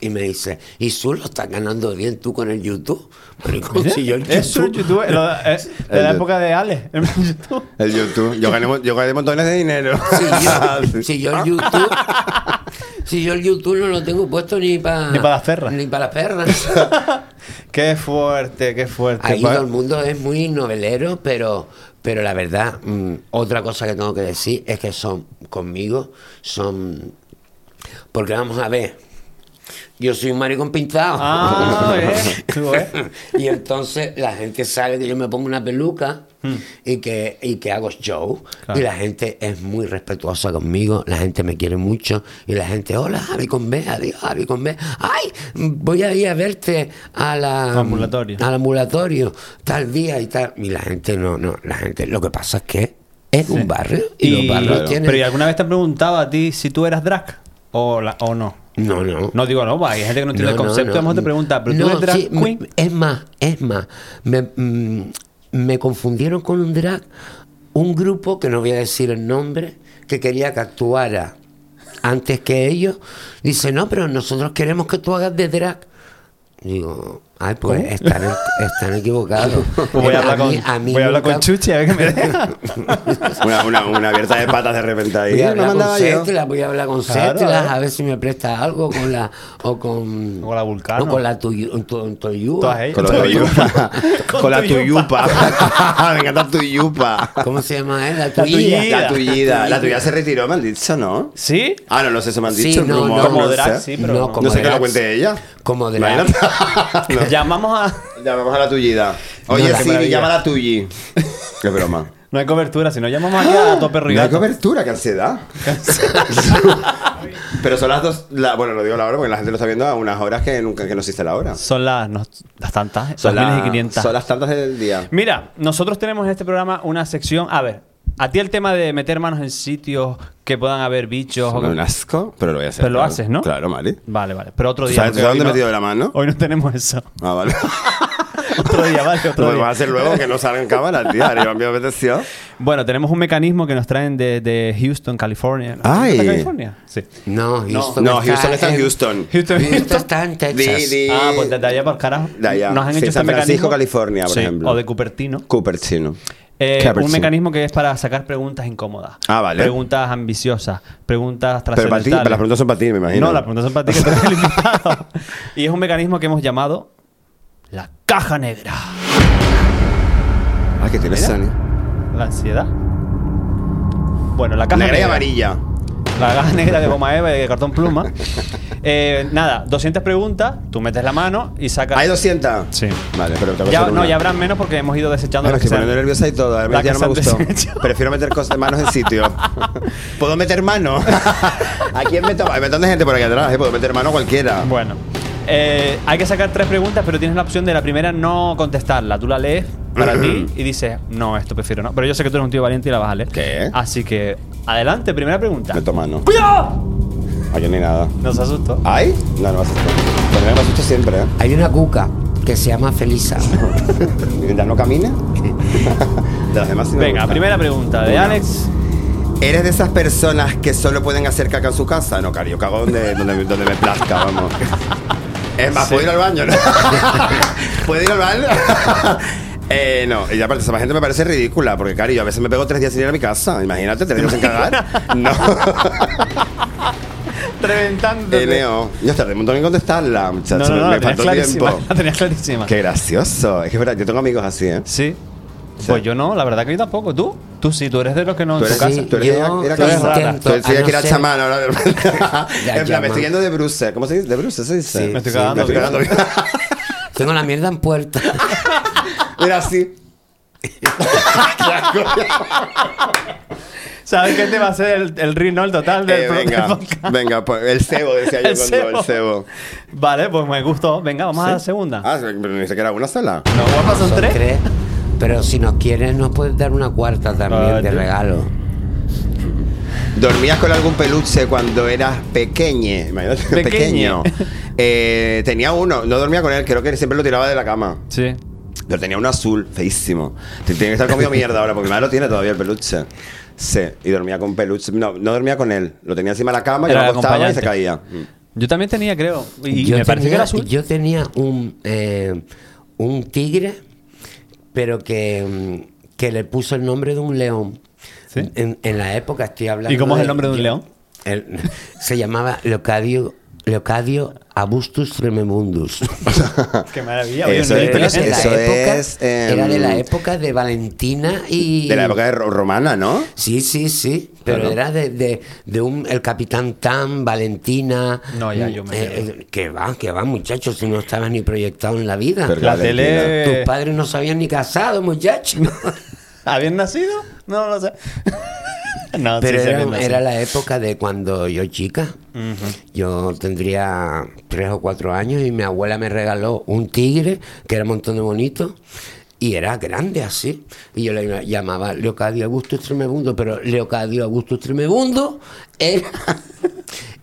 [SPEAKER 4] y me dice, y Zulo, estás ganando bien tú con el YouTube. Maricón, si yo el
[SPEAKER 3] Es un
[SPEAKER 4] YouTube.
[SPEAKER 3] youtuber lo- es de
[SPEAKER 5] El
[SPEAKER 3] la
[SPEAKER 5] de-
[SPEAKER 3] época de Ale. el YouTube.
[SPEAKER 5] El YouTube. Yo gané, mo- yo gané montones de dinero.
[SPEAKER 4] Si yo,
[SPEAKER 5] Sí.
[SPEAKER 4] si yo el YouTube. Si yo el YouTube no lo tengo puesto ni para.
[SPEAKER 3] Ni pa' las perras.
[SPEAKER 4] Ni para las perras.
[SPEAKER 3] Qué fuerte, qué fuerte.
[SPEAKER 4] Ahí
[SPEAKER 3] Pa-
[SPEAKER 4] todo el mundo es muy novelero, pero, pero la verdad, mm, otra cosa que tengo que decir es que son conmigo, son. Porque vamos a ver, yo soy un maricón pintado.
[SPEAKER 3] Ah, ¿ves? Tú, eh. ¿ves?
[SPEAKER 4] Pues, y entonces la gente sabe que yo me pongo una peluca y que, y que hago show.
[SPEAKER 3] Hmm. Claro.
[SPEAKER 4] Y la gente es muy respetuosa conmigo, la gente me quiere mucho. Y la gente, hola, Javi con B, adiós, Javi con B. Ay, voy a ir a verte a la,
[SPEAKER 3] Ambulatorio.
[SPEAKER 4] al ambulatorio tal día y tal. Y la gente no, no, la gente, lo que pasa es que es un barrio y, los barrios
[SPEAKER 3] Claro.
[SPEAKER 4] tienen...
[SPEAKER 3] Pero ¿y alguna vez te han preguntado a ti si tú eras drag o, la- o no?
[SPEAKER 4] No, no.
[SPEAKER 3] No digo, no, va, hay gente que no entiende el
[SPEAKER 4] No, no,
[SPEAKER 3] concepto,
[SPEAKER 4] no.
[SPEAKER 3] a lo mejor te pregunta, pero
[SPEAKER 4] No,
[SPEAKER 3] tú eres drag
[SPEAKER 4] sí,
[SPEAKER 3] queen.
[SPEAKER 4] m- Es más, es más. Me, mm, me confundieron con un drag, un grupo, que no voy a decir el nombre, que quería que actuara antes que ellos. Dice, no, pero nosotros queremos que tú hagas de drag. Digo, Ay, pues están, están equivocados.
[SPEAKER 3] Pues voy a hablar con,
[SPEAKER 4] mí- a mí
[SPEAKER 3] voy a hablar con
[SPEAKER 4] nunca-
[SPEAKER 3] Chuchi a ver qué me deja.
[SPEAKER 5] Una, una, una abierta de patas de repente ahí.
[SPEAKER 4] Voy a
[SPEAKER 5] Me
[SPEAKER 4] hablar con
[SPEAKER 5] mandaba yo.
[SPEAKER 4] Cetlas, voy a hablar con
[SPEAKER 3] Claro,
[SPEAKER 4] Cetlas,
[SPEAKER 3] eh.
[SPEAKER 4] a ver si me presta algo con la o con
[SPEAKER 3] O con la Vulcano.
[SPEAKER 4] o con la Tuyu- tu- Toyúa.
[SPEAKER 3] Todas ellas.
[SPEAKER 5] Con la tuyupa. Con la
[SPEAKER 3] tu yupa.
[SPEAKER 5] tuyupa. Me encanta tu yupa.
[SPEAKER 4] ¿Cómo se llama él? La
[SPEAKER 3] Tuyida.
[SPEAKER 4] Tuyida.
[SPEAKER 5] La tullida. La tuya se retiró, me han dicho, ¿no?
[SPEAKER 3] ¿Sí?
[SPEAKER 5] Ah, no, no sé, se me han
[SPEAKER 4] Sí,
[SPEAKER 5] dicho. el
[SPEAKER 4] no,
[SPEAKER 5] rumor,
[SPEAKER 4] no,
[SPEAKER 5] no,
[SPEAKER 4] como
[SPEAKER 5] sé.
[SPEAKER 3] drag, sí, pero no.
[SPEAKER 5] no,
[SPEAKER 4] como
[SPEAKER 5] sé que
[SPEAKER 4] drag.
[SPEAKER 5] lo cuente ella.
[SPEAKER 4] Como drag.
[SPEAKER 5] Imagínate. No.
[SPEAKER 3] Llamamos a.
[SPEAKER 5] Llamamos a la tullida. Oye,
[SPEAKER 3] No, qué
[SPEAKER 5] Siri,
[SPEAKER 3] maravilla.
[SPEAKER 5] llama a la tulli. Qué broma.
[SPEAKER 3] No hay cobertura, si no llamamos aquí a tope
[SPEAKER 5] ¡Ah! No hay
[SPEAKER 3] Rigato.
[SPEAKER 5] cobertura, qué ansiedad. Pero son las dos. la- bueno, lo digo la hora porque la gente lo está viendo a unas horas que nunca que no existe la hora.
[SPEAKER 3] Son las, no, las tantas,
[SPEAKER 5] Son,
[SPEAKER 3] son
[SPEAKER 5] las-
[SPEAKER 3] las 1500.
[SPEAKER 5] son las tantas del día.
[SPEAKER 3] Mira, nosotros tenemos en este programa una sección. A ver, a ti el tema de meter manos en sitios que puedan haber bichos. o
[SPEAKER 5] Son
[SPEAKER 3] que-
[SPEAKER 5] un asco, pero lo voy a hacer.
[SPEAKER 3] Pero lo
[SPEAKER 5] claro.
[SPEAKER 3] haces, ¿no?
[SPEAKER 5] Claro, Mari.
[SPEAKER 3] Vale, vale. Pero otro
[SPEAKER 5] ¿Tú
[SPEAKER 3] día.
[SPEAKER 5] sabes, tú
[SPEAKER 3] porque
[SPEAKER 5] sabes
[SPEAKER 3] hoy
[SPEAKER 5] dónde he
[SPEAKER 3] no-
[SPEAKER 5] metido la mano?
[SPEAKER 3] Hoy no tenemos eso.
[SPEAKER 5] Ah, vale.
[SPEAKER 3] Otro día, vale,
[SPEAKER 5] Lo
[SPEAKER 3] otro
[SPEAKER 5] que vas a
[SPEAKER 3] día.
[SPEAKER 5] hacer luego que no salgan cámaras, tía. Ahora me apeteció.
[SPEAKER 3] Bueno, tenemos un mecanismo que nos traen de, de Houston, California. ¿No?
[SPEAKER 5] Ay.
[SPEAKER 3] ¿Está California? Sí.
[SPEAKER 4] No, Houston
[SPEAKER 5] No, Houston está en Houston.
[SPEAKER 3] Houston.
[SPEAKER 4] Houston está en Texas.
[SPEAKER 5] Di- di-
[SPEAKER 3] Ah, pues desde allá por carajo.
[SPEAKER 5] De allá.
[SPEAKER 3] Nos han
[SPEAKER 5] Sí,
[SPEAKER 3] hecho este
[SPEAKER 5] San Francisco,
[SPEAKER 3] mecanismo.
[SPEAKER 5] California, por
[SPEAKER 3] Sí,
[SPEAKER 5] ejemplo.
[SPEAKER 3] O de Cupertino.
[SPEAKER 5] Cupertino.
[SPEAKER 3] Eh, un
[SPEAKER 5] Cupertino.
[SPEAKER 3] mecanismo que es para sacar preguntas incómodas.
[SPEAKER 5] Ah, vale.
[SPEAKER 3] Preguntas ambiciosas, preguntas
[SPEAKER 5] Pero para ti,
[SPEAKER 3] trascendentales.
[SPEAKER 5] para las preguntas son para ti, me imagino.
[SPEAKER 3] No, las preguntas son para ti que tú eres el invitado. Y es un mecanismo que hemos llamado la caja negra.
[SPEAKER 5] Ah, que tienes Sani.
[SPEAKER 3] La ansiedad. Bueno, la caja
[SPEAKER 5] Negra y
[SPEAKER 3] negra.
[SPEAKER 5] amarilla.
[SPEAKER 3] La caja negra de goma eva y de cartón pluma. Eh, nada, 200 preguntas, tú metes la mano y sacas.
[SPEAKER 5] Hay 200.
[SPEAKER 3] Sí.
[SPEAKER 5] Vale, pero te voy a
[SPEAKER 3] Ya-
[SPEAKER 5] hacer
[SPEAKER 3] no,
[SPEAKER 5] una.
[SPEAKER 3] ya habrán menos porque hemos ido desechando
[SPEAKER 5] Ahora
[SPEAKER 3] las
[SPEAKER 5] estoy
[SPEAKER 3] que se
[SPEAKER 5] poniendo
[SPEAKER 3] han-
[SPEAKER 5] nerviosa y todo. A mí
[SPEAKER 3] La
[SPEAKER 5] ya no
[SPEAKER 3] que
[SPEAKER 5] me
[SPEAKER 3] se
[SPEAKER 5] gustó.
[SPEAKER 3] han deshecho.
[SPEAKER 5] Prefiero meter cosas, manos en sitio. ¿Puedo meter mano? ¿A quién meto? Hay un montón de gente por aquí atrás. ¿eh? Puedo meter mano a cualquiera.
[SPEAKER 3] Bueno, eh, hay que sacar tres preguntas, pero tienes la opción de la primera no contestarla. Tú la lees para ti y dices, no, esto prefiero no. Pero yo sé que tú eres un tío valiente y la vas a leer.
[SPEAKER 5] ¿Qué?
[SPEAKER 3] Así que, adelante, primera pregunta.
[SPEAKER 5] Meto mano.
[SPEAKER 3] ¡Cuidado!
[SPEAKER 5] Aquí no hay nada.
[SPEAKER 3] Nos asustó.
[SPEAKER 5] ¿Hay? No, no me asusto. Pero me asusto siempre, ¿eh?
[SPEAKER 4] Hay una cuca que se llama Felisa.
[SPEAKER 5] Mientras no camina. De las demás sí me
[SPEAKER 3] Venga,
[SPEAKER 5] gusta.
[SPEAKER 3] primera pregunta de
[SPEAKER 5] Una.
[SPEAKER 3] Alex.
[SPEAKER 5] ¿Eres de esas personas que solo pueden hacer caca en su casa? No, cari, yo cago donde, donde, donde me plazca, vamos. Es más, ¿puedo ir al baño? ¿no? ¿Puedo ir al baño? Eh, no, y aparte, esa gente me parece ridícula, porque, cari, yo a veces me pego tres días sin ir a mi casa. Imagínate, tres días sin cagar. No,
[SPEAKER 3] Reventando.
[SPEAKER 5] eh, Neo. Yo tardé un montón en contestarla,
[SPEAKER 3] No,
[SPEAKER 5] muchacho.
[SPEAKER 3] no, no,
[SPEAKER 5] me
[SPEAKER 3] la tenías
[SPEAKER 5] faltó
[SPEAKER 3] clarísima.
[SPEAKER 5] tiempo.
[SPEAKER 3] La tenías clarísima.
[SPEAKER 5] Qué gracioso. Es que, es verdad, yo tengo amigos así, ¿eh?
[SPEAKER 3] Sí.
[SPEAKER 5] Sí.
[SPEAKER 3] Pues yo no, la verdad que yo tampoco. ¿Tú? Tú sí, tú eres de los que no
[SPEAKER 5] Tú
[SPEAKER 3] en tu
[SPEAKER 5] eres,
[SPEAKER 3] casa.
[SPEAKER 5] sí, tú eres,
[SPEAKER 4] yo
[SPEAKER 5] era, era
[SPEAKER 4] tú eres
[SPEAKER 5] chamán.
[SPEAKER 4] rara.
[SPEAKER 5] Tú decías
[SPEAKER 4] A no
[SPEAKER 5] que era
[SPEAKER 4] ser-
[SPEAKER 5] chamán ahora. de repente. en plan,
[SPEAKER 4] chamán.
[SPEAKER 5] me estoy yendo de Bruce. ¿Cómo se dice? ¿De Bruce? ¿Se dice?
[SPEAKER 4] Sí, Me
[SPEAKER 3] estoy sí, cagando,
[SPEAKER 5] Me estoy
[SPEAKER 3] tío.
[SPEAKER 5] cagando.
[SPEAKER 4] Tengo la mierda en puerta.
[SPEAKER 5] Mira, así.
[SPEAKER 3] ¿Sabes qué te va a hacer el, el reel, no? El total del
[SPEAKER 5] Eh,
[SPEAKER 3] pro- del
[SPEAKER 5] venga,
[SPEAKER 3] podcast?
[SPEAKER 5] venga, pues, el cebo, decía yo
[SPEAKER 3] El
[SPEAKER 5] cuando el
[SPEAKER 3] cebo.
[SPEAKER 5] cebo.
[SPEAKER 3] Vale, pues me gustó. Venga, vamos a la segunda.
[SPEAKER 5] Ah, pero ni siquiera una sola.
[SPEAKER 3] No, guapas son,
[SPEAKER 4] Son
[SPEAKER 3] tres.
[SPEAKER 4] tres. Pero si nos quieres, nos puedes dar una cuarta
[SPEAKER 3] Ah,
[SPEAKER 4] también de
[SPEAKER 3] yo-
[SPEAKER 4] regalo.
[SPEAKER 5] ¿Dormías con algún peluche cuando eras pequeñe? Imagínate,
[SPEAKER 3] Pequeñe.
[SPEAKER 5] pequeño. Eh, tenía uno, no dormía con él, creo que siempre lo tiraba de la cama.
[SPEAKER 3] Sí.
[SPEAKER 5] Pero tenía uno azul, feísimo. Te- Tiene que estar comido mierda ahora, porque mi madre lo tiene todavía el peluche. Sí, y dormía con peluche. No, no dormía con él. Lo tenía encima de la cama, yo
[SPEAKER 3] Era
[SPEAKER 5] me acostaba y
[SPEAKER 3] acompañante.
[SPEAKER 5] se caía. Mm.
[SPEAKER 3] Yo también tenía, creo. Y me parece que
[SPEAKER 4] tenía-
[SPEAKER 3] era azul.
[SPEAKER 4] Yo tenía un, eh, un tigre, pero que, mm, que le puso el nombre de un león.
[SPEAKER 3] ¿Sí?
[SPEAKER 4] En, en la época estoy hablando.
[SPEAKER 3] ¿Y cómo es el nombre de un león?
[SPEAKER 4] el- se llamaba Leocadio, Leocadio Abustus Tremebundus.
[SPEAKER 3] Qué maravilla.
[SPEAKER 5] oye, Eso
[SPEAKER 4] Pero
[SPEAKER 5] es-
[SPEAKER 4] era, de la
[SPEAKER 5] eso
[SPEAKER 4] época,
[SPEAKER 5] es, em,
[SPEAKER 4] era de la época de Valentina y.
[SPEAKER 5] De la época de ro- romana, ¿no?
[SPEAKER 4] Sí, sí, sí. Pero
[SPEAKER 5] Claro.
[SPEAKER 4] era de, de, de un el capitán Tam, Valentina.
[SPEAKER 3] No, ya, yo me
[SPEAKER 4] eh, eh, que va, que va, muchachos, si no estabas ni proyectado en la vida.
[SPEAKER 5] Pero-
[SPEAKER 3] la
[SPEAKER 5] Valentina.
[SPEAKER 3] tele.
[SPEAKER 4] Tus padres no se habían ni casado, muchachos.
[SPEAKER 3] ¿Habían nacido? No, no sé. no,
[SPEAKER 4] Pero
[SPEAKER 3] sí, sí,
[SPEAKER 4] era,
[SPEAKER 3] habían nacido.
[SPEAKER 4] era la época de cuando yo chica, yo tendría tres o cuatro años y mi abuela me regaló un tigre que era un montón de bonito y era grande así. Y yo le llamaba Leocadio Augusto Tremebundo, pero Leocadio Augusto Tremebundo era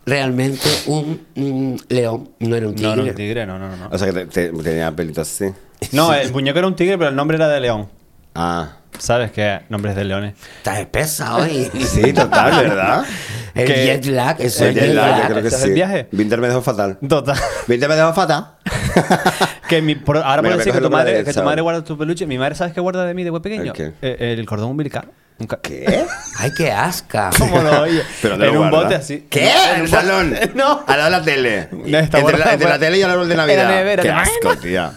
[SPEAKER 4] realmente un, mm, león, no era un tigre.
[SPEAKER 3] No, era un tigre, no, no, no, no.
[SPEAKER 5] O sea que te- te- tenía pelitos así.
[SPEAKER 3] No, el muñeco era un tigre, pero el nombre era de león.
[SPEAKER 5] Ah.
[SPEAKER 3] ¿Sabes qué? Nombres de leones.
[SPEAKER 4] Estás espesa hoy.
[SPEAKER 5] Sí, total, ¿verdad?
[SPEAKER 4] El
[SPEAKER 3] Que-
[SPEAKER 4] jet lag, eso
[SPEAKER 5] El
[SPEAKER 4] es
[SPEAKER 5] jet lag,
[SPEAKER 3] lag.
[SPEAKER 5] yo creo que
[SPEAKER 3] ¿Estás
[SPEAKER 5] sí.
[SPEAKER 3] en viaje?
[SPEAKER 5] Winter me dejó fatal.
[SPEAKER 3] Total.
[SPEAKER 5] Winter me dejó fatal.
[SPEAKER 3] Que mi, por- ahora
[SPEAKER 5] Venga,
[SPEAKER 3] puedo decir que
[SPEAKER 5] me
[SPEAKER 3] tu,
[SPEAKER 5] coge la
[SPEAKER 3] madre,
[SPEAKER 5] derecha,
[SPEAKER 3] que tu madre
[SPEAKER 5] ¿sabes?
[SPEAKER 3] guarda tu peluche. Mi madre, ¿sabes qué guarda de mí de buen pequeño?
[SPEAKER 5] ¿El qué?
[SPEAKER 3] Eh, el cordón umbilical. Un ca-
[SPEAKER 5] ¿Qué?
[SPEAKER 4] Ay, qué asca.
[SPEAKER 3] ¿Cómo lo oye?
[SPEAKER 5] Pero ¿dónde
[SPEAKER 3] en
[SPEAKER 5] lo
[SPEAKER 3] un
[SPEAKER 5] guarda?
[SPEAKER 3] bote así.
[SPEAKER 5] ¿Qué? ¿En el salón?
[SPEAKER 3] No.
[SPEAKER 5] Al lado de la tele.
[SPEAKER 3] No, está
[SPEAKER 5] entre,
[SPEAKER 3] guardado
[SPEAKER 5] la, entre la
[SPEAKER 3] fuera.
[SPEAKER 5] tele y al árbol de
[SPEAKER 3] En la
[SPEAKER 5] Navidad.
[SPEAKER 3] nevera,
[SPEAKER 5] Qué
[SPEAKER 3] ¿no?
[SPEAKER 5] asco, tía.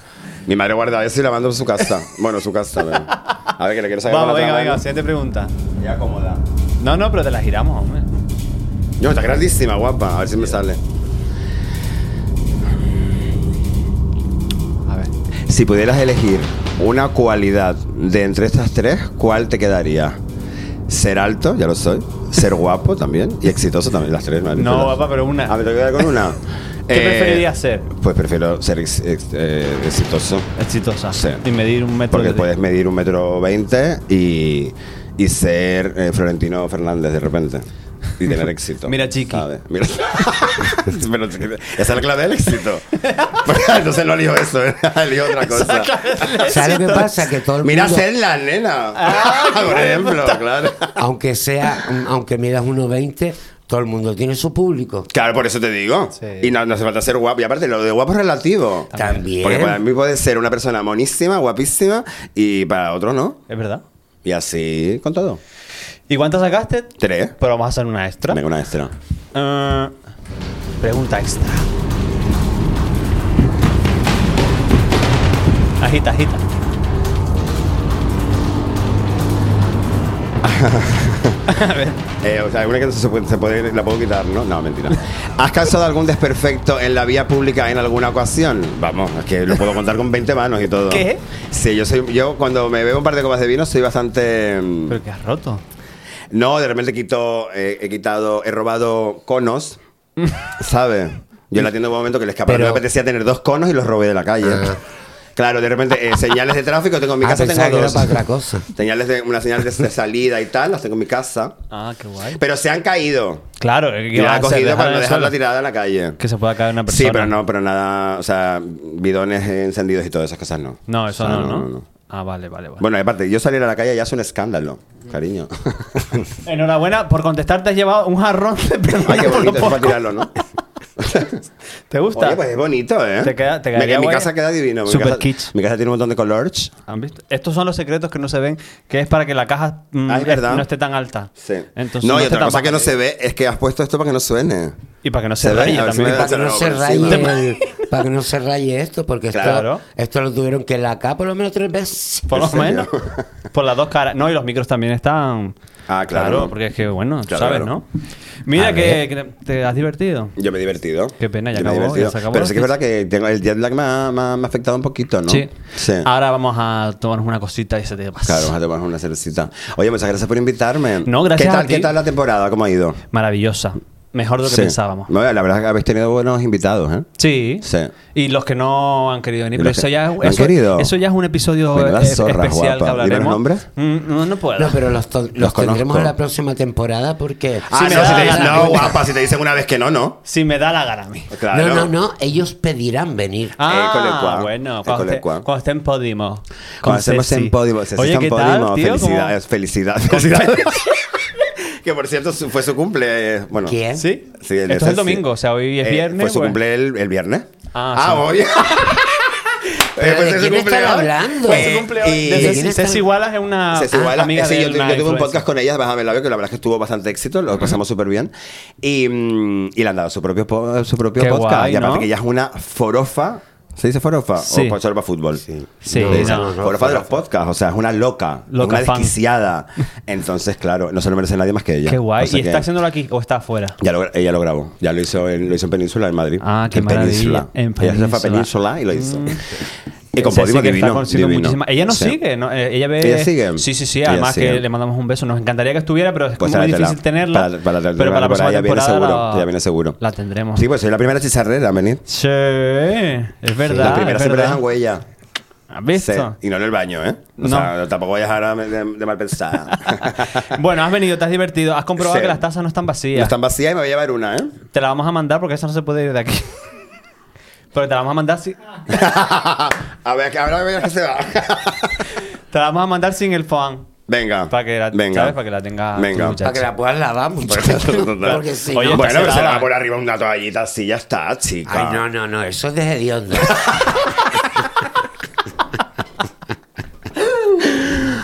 [SPEAKER 5] Mi madre guarda eso y la mando a su casa. Bueno, su casa, a ver. A ver, que le quiero sacar
[SPEAKER 3] Vamos,
[SPEAKER 5] con la
[SPEAKER 3] venga,
[SPEAKER 5] otra
[SPEAKER 3] venga,
[SPEAKER 5] mano.
[SPEAKER 3] siguiente pregunta.
[SPEAKER 5] Ya cómoda.
[SPEAKER 3] No, no, pero te la giramos, hombre.
[SPEAKER 5] No, está grandísima, guapa. A ver si me sale.
[SPEAKER 3] A ver.
[SPEAKER 5] Si pudieras elegir una cualidad de entre estas tres, ¿cuál te quedaría? Ser alto, ya lo soy. Ser guapo también. Y exitoso también, las tres. madre,
[SPEAKER 3] No,
[SPEAKER 5] pero-
[SPEAKER 3] guapa, pero una.
[SPEAKER 5] Ah, me tengo que quedar con una.
[SPEAKER 3] ¿Qué
[SPEAKER 5] eh,
[SPEAKER 3] preferirías ser?
[SPEAKER 5] Pues prefiero ser ex- ex- eh, exitoso.
[SPEAKER 3] Exitosa.
[SPEAKER 5] Sí.
[SPEAKER 3] Y medir un metro.
[SPEAKER 5] Porque
[SPEAKER 3] de-
[SPEAKER 5] puedes medir un metro veinte y, y ser eh, Florentino Fernández de repente. Y tener éxito.
[SPEAKER 3] Mira, chiqui.
[SPEAKER 5] ¿sabes? Mira- Pero esa es la clave del éxito. Entonces no elijo eso, ¿eh? elijo otra cosa.
[SPEAKER 4] ¿Sabes lo que pasa? Que todo el
[SPEAKER 5] Mira,
[SPEAKER 4] mundo,
[SPEAKER 5] ser la nena.
[SPEAKER 3] Ah,
[SPEAKER 5] Por ejemplo, claro.
[SPEAKER 4] aunque sea, aunque midas 1,20, todo el mundo tiene su público.
[SPEAKER 5] Claro, por eso te digo.
[SPEAKER 3] Sí.
[SPEAKER 5] Y no, no hace falta ser guapo. Y aparte, lo de guapo es relativo.
[SPEAKER 4] También.
[SPEAKER 5] Porque para mí puede ser una persona monísima, guapísima, y para otro no.
[SPEAKER 3] Es verdad.
[SPEAKER 5] Y así con todo.
[SPEAKER 3] ¿Y cuántas sacaste?
[SPEAKER 5] Tres.
[SPEAKER 3] Pero vamos a hacer una extra.
[SPEAKER 5] Venga, una extra.
[SPEAKER 3] Eh, pregunta extra. Agita, agita.
[SPEAKER 5] Eh, o sea, alguna que se puede, se puede- la puedo quitar, ¿no? No, mentira. ¿Has causado algún desperfecto en la vía pública en alguna ocasión? Vamos, es que lo puedo contar con 20 manos y todo.
[SPEAKER 3] ¿Qué?
[SPEAKER 5] Sí, yo soy, yo cuando me bebo un par de copas de vino soy bastante. mm,
[SPEAKER 3] Pero que has roto.
[SPEAKER 5] No, de repente quito, eh, he quitado, he robado conos, ¿sabes? Yo la atiendo en un momento que le escapaba.
[SPEAKER 4] Pero-
[SPEAKER 5] me apetecía tener dos conos y los robé de la calle. Claro, de repente eh, señales de tráfico tengo en mi
[SPEAKER 4] Ah,
[SPEAKER 5] casa
[SPEAKER 4] pensaba que
[SPEAKER 5] tengo
[SPEAKER 4] era
[SPEAKER 5] dos.
[SPEAKER 4] para otra cosa.
[SPEAKER 5] Señales de una señal de, de salida y tal, las tengo en mi casa.
[SPEAKER 3] Ah, qué guay.
[SPEAKER 5] Pero se han caído.
[SPEAKER 3] Claro, eh, que
[SPEAKER 5] Y
[SPEAKER 3] vas a
[SPEAKER 5] la he
[SPEAKER 3] hacer?
[SPEAKER 5] cogido
[SPEAKER 3] ¿Dejar
[SPEAKER 5] para
[SPEAKER 3] en
[SPEAKER 5] no
[SPEAKER 3] el
[SPEAKER 5] dejarla
[SPEAKER 3] suelo?
[SPEAKER 5] tirada en la calle.
[SPEAKER 3] Que se pueda caer una persona.
[SPEAKER 5] Sí, pero no, pero nada, o sea, bidones encendidos y todas esas cosas no.
[SPEAKER 3] No, eso
[SPEAKER 5] O sea,
[SPEAKER 3] no, no, Ah, vale, vale, vale.
[SPEAKER 5] Bueno, y aparte, yo salir a la calle ya es un escándalo, cariño.
[SPEAKER 3] Enhorabuena, por contestar te has llevado un jarrón de perdón
[SPEAKER 5] Ay, qué
[SPEAKER 3] por lo
[SPEAKER 5] bonito, eso es para
[SPEAKER 3] poco.
[SPEAKER 5] tirarlo, ¿no?
[SPEAKER 3] ¿Te gusta?
[SPEAKER 5] Oye, pues es bonito, ¿eh?
[SPEAKER 3] Te queda- te
[SPEAKER 5] Me-
[SPEAKER 3] quedaría
[SPEAKER 5] mi
[SPEAKER 3] guay.
[SPEAKER 5] casa queda divino. Mi
[SPEAKER 3] Super
[SPEAKER 5] casa,
[SPEAKER 3] kitsch.
[SPEAKER 5] Mi casa tiene un montón de colores.
[SPEAKER 3] ¿Han visto? Estos son los secretos que no se ven, que es para que la caja mm,
[SPEAKER 5] Ah, es verdad.
[SPEAKER 3] no esté tan alta.
[SPEAKER 5] Sí.
[SPEAKER 3] Entonces,
[SPEAKER 5] no, y
[SPEAKER 3] esté
[SPEAKER 5] otra
[SPEAKER 3] tan
[SPEAKER 5] cosa
[SPEAKER 3] baja.
[SPEAKER 5] que no se ve es que has puesto esto para que no suene.
[SPEAKER 3] Y para que no
[SPEAKER 5] Se
[SPEAKER 3] se,
[SPEAKER 5] ve,
[SPEAKER 3] raye
[SPEAKER 5] a ver si
[SPEAKER 3] también.
[SPEAKER 5] me
[SPEAKER 4] para
[SPEAKER 5] da-
[SPEAKER 4] que no
[SPEAKER 5] Hacerlo
[SPEAKER 4] se
[SPEAKER 5] por encima.
[SPEAKER 4] raye el- para que no se raye esto porque esto,
[SPEAKER 3] Claro.
[SPEAKER 4] esto lo tuvieron que lacar por lo menos tres veces
[SPEAKER 3] Por lo
[SPEAKER 5] ¿En serio?
[SPEAKER 3] menos. Por las dos caras. No, y los micros también están.
[SPEAKER 5] Ah, claro.
[SPEAKER 3] porque es que, bueno, tú
[SPEAKER 5] Claro,
[SPEAKER 3] sabes,
[SPEAKER 5] claro.
[SPEAKER 3] ¿no? Mira
[SPEAKER 4] A
[SPEAKER 3] que, que te has divertido.
[SPEAKER 5] Yo me he divertido.
[SPEAKER 3] Qué pena, ya
[SPEAKER 5] Yo me he
[SPEAKER 3] acabó,
[SPEAKER 5] divertido.
[SPEAKER 3] ya se acabó
[SPEAKER 5] Pero
[SPEAKER 3] la
[SPEAKER 5] sí que es
[SPEAKER 3] fiesta.
[SPEAKER 5] verdad que tengo el jet lag me ha, me ha- me ha afectado un poquito, ¿no?
[SPEAKER 3] Sí. Ah.
[SPEAKER 5] Sí.
[SPEAKER 3] Ahora vamos a tomarnos una cosita y se te pasa.
[SPEAKER 5] Claro, vamos a tomar una cervecita. Oye, muchas gracias por invitarme.
[SPEAKER 3] No, gracias
[SPEAKER 5] ¿Qué tal,
[SPEAKER 3] a ti.
[SPEAKER 5] ¿Qué tal la temporada? ¿Cómo ha ido?
[SPEAKER 3] Maravillosa. Mejor de lo que
[SPEAKER 5] Sí.
[SPEAKER 3] pensábamos.
[SPEAKER 5] No, la verdad es que habéis tenido buenos invitados, ¿eh?
[SPEAKER 3] Sí.
[SPEAKER 5] Sí.
[SPEAKER 3] Y los que no han querido venir.
[SPEAKER 5] Y
[SPEAKER 3] Pero
[SPEAKER 5] los
[SPEAKER 3] eso
[SPEAKER 5] que
[SPEAKER 3] ya,
[SPEAKER 5] no han
[SPEAKER 3] eso,
[SPEAKER 5] querido.
[SPEAKER 3] eso ya es un episodio
[SPEAKER 5] Menuda
[SPEAKER 3] eh,
[SPEAKER 5] zorra,
[SPEAKER 3] especial que
[SPEAKER 5] guapa. ¿Dime
[SPEAKER 3] hablaremos.
[SPEAKER 5] los nombres?
[SPEAKER 3] Mm, No, no puedo.
[SPEAKER 4] no pero los, to- los
[SPEAKER 5] Los
[SPEAKER 4] tendremos
[SPEAKER 5] conozco.
[SPEAKER 4] en la próxima temporada porque
[SPEAKER 5] Ah,
[SPEAKER 3] me
[SPEAKER 5] no,
[SPEAKER 3] da
[SPEAKER 5] si
[SPEAKER 3] la
[SPEAKER 5] te dicen,
[SPEAKER 3] gana.
[SPEAKER 5] no, guapa, si te dicen una vez que no, no.
[SPEAKER 3] Si me da la gana a mí.
[SPEAKER 5] Claro.
[SPEAKER 4] no no no ellos pedirán venir
[SPEAKER 3] Ah,
[SPEAKER 5] École qua.
[SPEAKER 3] bueno, cuando,
[SPEAKER 5] École
[SPEAKER 3] esté-
[SPEAKER 5] qua.
[SPEAKER 3] cuando esté en Podimo. Con
[SPEAKER 5] Cuando hacemos
[SPEAKER 3] Ceci.
[SPEAKER 5] en Podimo, se
[SPEAKER 3] Oye,
[SPEAKER 5] hacen
[SPEAKER 3] ¿qué
[SPEAKER 5] Podimo,
[SPEAKER 3] tal, tío?
[SPEAKER 5] felicidades, felicidades, felicidades. que por cierto, su- fue su cumple. eh,
[SPEAKER 3] ¿Cómo-
[SPEAKER 5] Bueno,
[SPEAKER 4] quién
[SPEAKER 3] ¿Sí?
[SPEAKER 5] Sí, en
[SPEAKER 3] Esto es
[SPEAKER 5] ese
[SPEAKER 3] el domingo,
[SPEAKER 5] sí.
[SPEAKER 3] o sea, hoy es
[SPEAKER 5] Eh,
[SPEAKER 3] viernes.
[SPEAKER 5] Fue su
[SPEAKER 3] pues.
[SPEAKER 5] cumple el, el viernes.
[SPEAKER 3] Ah,
[SPEAKER 5] Ah,
[SPEAKER 3] sí.
[SPEAKER 5] hoy. Eh, pues
[SPEAKER 4] ¿Pero
[SPEAKER 5] fue
[SPEAKER 4] de
[SPEAKER 5] su
[SPEAKER 4] quién
[SPEAKER 5] cumple
[SPEAKER 4] están
[SPEAKER 5] hoy.
[SPEAKER 4] hablando?
[SPEAKER 5] Fue
[SPEAKER 4] Eh,
[SPEAKER 5] su cumple hoy.
[SPEAKER 4] y-
[SPEAKER 5] De
[SPEAKER 4] ¿de
[SPEAKER 5] Ceci-
[SPEAKER 4] quién es-
[SPEAKER 3] Ceci
[SPEAKER 4] están-
[SPEAKER 3] Wallace es una
[SPEAKER 5] Ceci Wallace,
[SPEAKER 3] Ah, amiga
[SPEAKER 5] sí,
[SPEAKER 3] de
[SPEAKER 5] yo, tu-
[SPEAKER 3] una
[SPEAKER 5] yo tuve un
[SPEAKER 3] influencer.
[SPEAKER 5] podcast con ellas, Bájame el labio, que la verdad es que estuvo bastante éxito, lo pasamos súper bien. Y, mm, y le han dado su propio, po- su propio
[SPEAKER 3] Qué
[SPEAKER 5] podcast.
[SPEAKER 3] guay,
[SPEAKER 5] y aparte
[SPEAKER 3] ¿no?
[SPEAKER 5] que ella es una forofa. ¿Se dice forofa?
[SPEAKER 3] Sí.
[SPEAKER 5] O forofa fútbol. Sí.
[SPEAKER 3] Sí,
[SPEAKER 5] Le dicen,
[SPEAKER 3] no, no,
[SPEAKER 5] forofa de los podcasts, o sea, es una loca,
[SPEAKER 3] Loca
[SPEAKER 5] una
[SPEAKER 3] fan.
[SPEAKER 5] desquiciada. Entonces, claro, no se lo merece nadie más que ella.
[SPEAKER 3] Qué guay.
[SPEAKER 5] O sea
[SPEAKER 3] ¿Y
[SPEAKER 5] que
[SPEAKER 3] está haciéndolo aquí o está afuera?
[SPEAKER 5] ya lo, ella lo grabó, ya lo hizo en, lo hizo en Península, en Madrid.
[SPEAKER 3] Ah, qué
[SPEAKER 5] en
[SPEAKER 3] maravilla.
[SPEAKER 5] Península.
[SPEAKER 3] En
[SPEAKER 5] Ella se fue a
[SPEAKER 3] Península.
[SPEAKER 5] Península y lo hizo. Y
[SPEAKER 3] Ceci
[SPEAKER 5] con Podimo
[SPEAKER 3] que está
[SPEAKER 5] divino,
[SPEAKER 3] consiguiendo
[SPEAKER 5] divino.
[SPEAKER 3] muchísima- Ella nos
[SPEAKER 5] Sí.
[SPEAKER 3] sigue, ¿no? Eh, ella ve.
[SPEAKER 5] Ella sigue.
[SPEAKER 3] Sí, sí, sí.
[SPEAKER 5] Ella
[SPEAKER 3] Además
[SPEAKER 5] sigue.
[SPEAKER 3] que le mandamos un beso. Nos encantaría que estuviera, pero es
[SPEAKER 5] Pues
[SPEAKER 3] muy
[SPEAKER 5] tráetela.
[SPEAKER 3] difícil tenerla.
[SPEAKER 5] Para- para la
[SPEAKER 3] pero para la próxima
[SPEAKER 5] temporada ya viene
[SPEAKER 3] temporada
[SPEAKER 5] seguro,
[SPEAKER 3] la,
[SPEAKER 5] ya viene seguro.
[SPEAKER 3] la tendremos.
[SPEAKER 5] Sí, pues soy la primera chicharrera, venid.
[SPEAKER 3] Sí, es verdad.
[SPEAKER 5] Las primeras
[SPEAKER 3] es
[SPEAKER 5] siempre
[SPEAKER 3] verdad.
[SPEAKER 5] dejan huella.
[SPEAKER 3] ¿Has visto?
[SPEAKER 5] Sí. Y no en el baño, ¿eh? O
[SPEAKER 3] No.
[SPEAKER 5] sea, tampoco vayas ahora de, de mal pensada.
[SPEAKER 3] Bueno, has venido, te has divertido, has comprobado
[SPEAKER 5] Sí.
[SPEAKER 3] que las tazas no están vacías.
[SPEAKER 5] No están vacías y me voy a llevar una, ¿eh?
[SPEAKER 3] Te la vamos a mandar porque esa no se puede ir de aquí. Pero te la vamos a mandar si...
[SPEAKER 5] Ah, a ver, que ahora veas que se va.
[SPEAKER 3] te la vamos a mandar sin el fan.
[SPEAKER 5] Venga.
[SPEAKER 3] Para que la,
[SPEAKER 5] Venga.
[SPEAKER 3] ¿sabes? Para que la tenga
[SPEAKER 5] Venga.
[SPEAKER 3] tu
[SPEAKER 4] para que
[SPEAKER 3] muchacha.
[SPEAKER 4] la puedan lavar muchachos. porque si
[SPEAKER 3] Oye,
[SPEAKER 4] no-
[SPEAKER 3] esta se
[SPEAKER 5] bueno, pero se
[SPEAKER 3] lava.
[SPEAKER 5] va por arriba una toallita así, ya está, chica.
[SPEAKER 4] ay no no no eso es de hediondo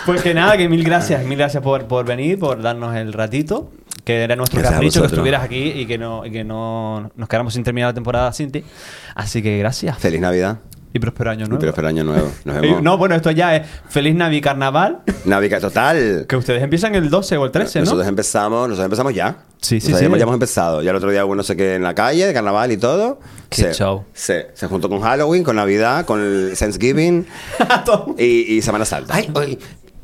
[SPEAKER 3] Pues que nada, que mil gracias, mil gracias por, por venir, por darnos el ratito. Que era nuestro
[SPEAKER 5] Gracias a
[SPEAKER 3] capricho que
[SPEAKER 5] vosotros.
[SPEAKER 3] estuvieras aquí y que no, y que no nos quedáramos sin terminar la temporada sin ti. Así que gracias.
[SPEAKER 5] Feliz Navidad.
[SPEAKER 3] Y próspero año
[SPEAKER 5] Y
[SPEAKER 3] nuevo.
[SPEAKER 5] próspero año nuevo. Nos
[SPEAKER 3] Y-
[SPEAKER 5] vemos.
[SPEAKER 3] no, bueno, esto ya es Feliz Navi Carnaval,
[SPEAKER 5] Navica total.
[SPEAKER 3] que ustedes empiezan el 12 o el 13, ¿no?
[SPEAKER 5] Nosotros empezamos, nosotros empezamos ya.
[SPEAKER 3] Sí, sí,
[SPEAKER 5] Nosotros
[SPEAKER 3] sí.
[SPEAKER 5] Ya, ya hemos empezado. Ya el otro día hubo no sé qué en la calle, de carnaval y todo.
[SPEAKER 3] Qué show.
[SPEAKER 5] Se, se juntó con Halloween, con Navidad, con el Thanksgiving
[SPEAKER 3] Todo.
[SPEAKER 5] y, y Semana Santa.
[SPEAKER 4] Ay, hoy.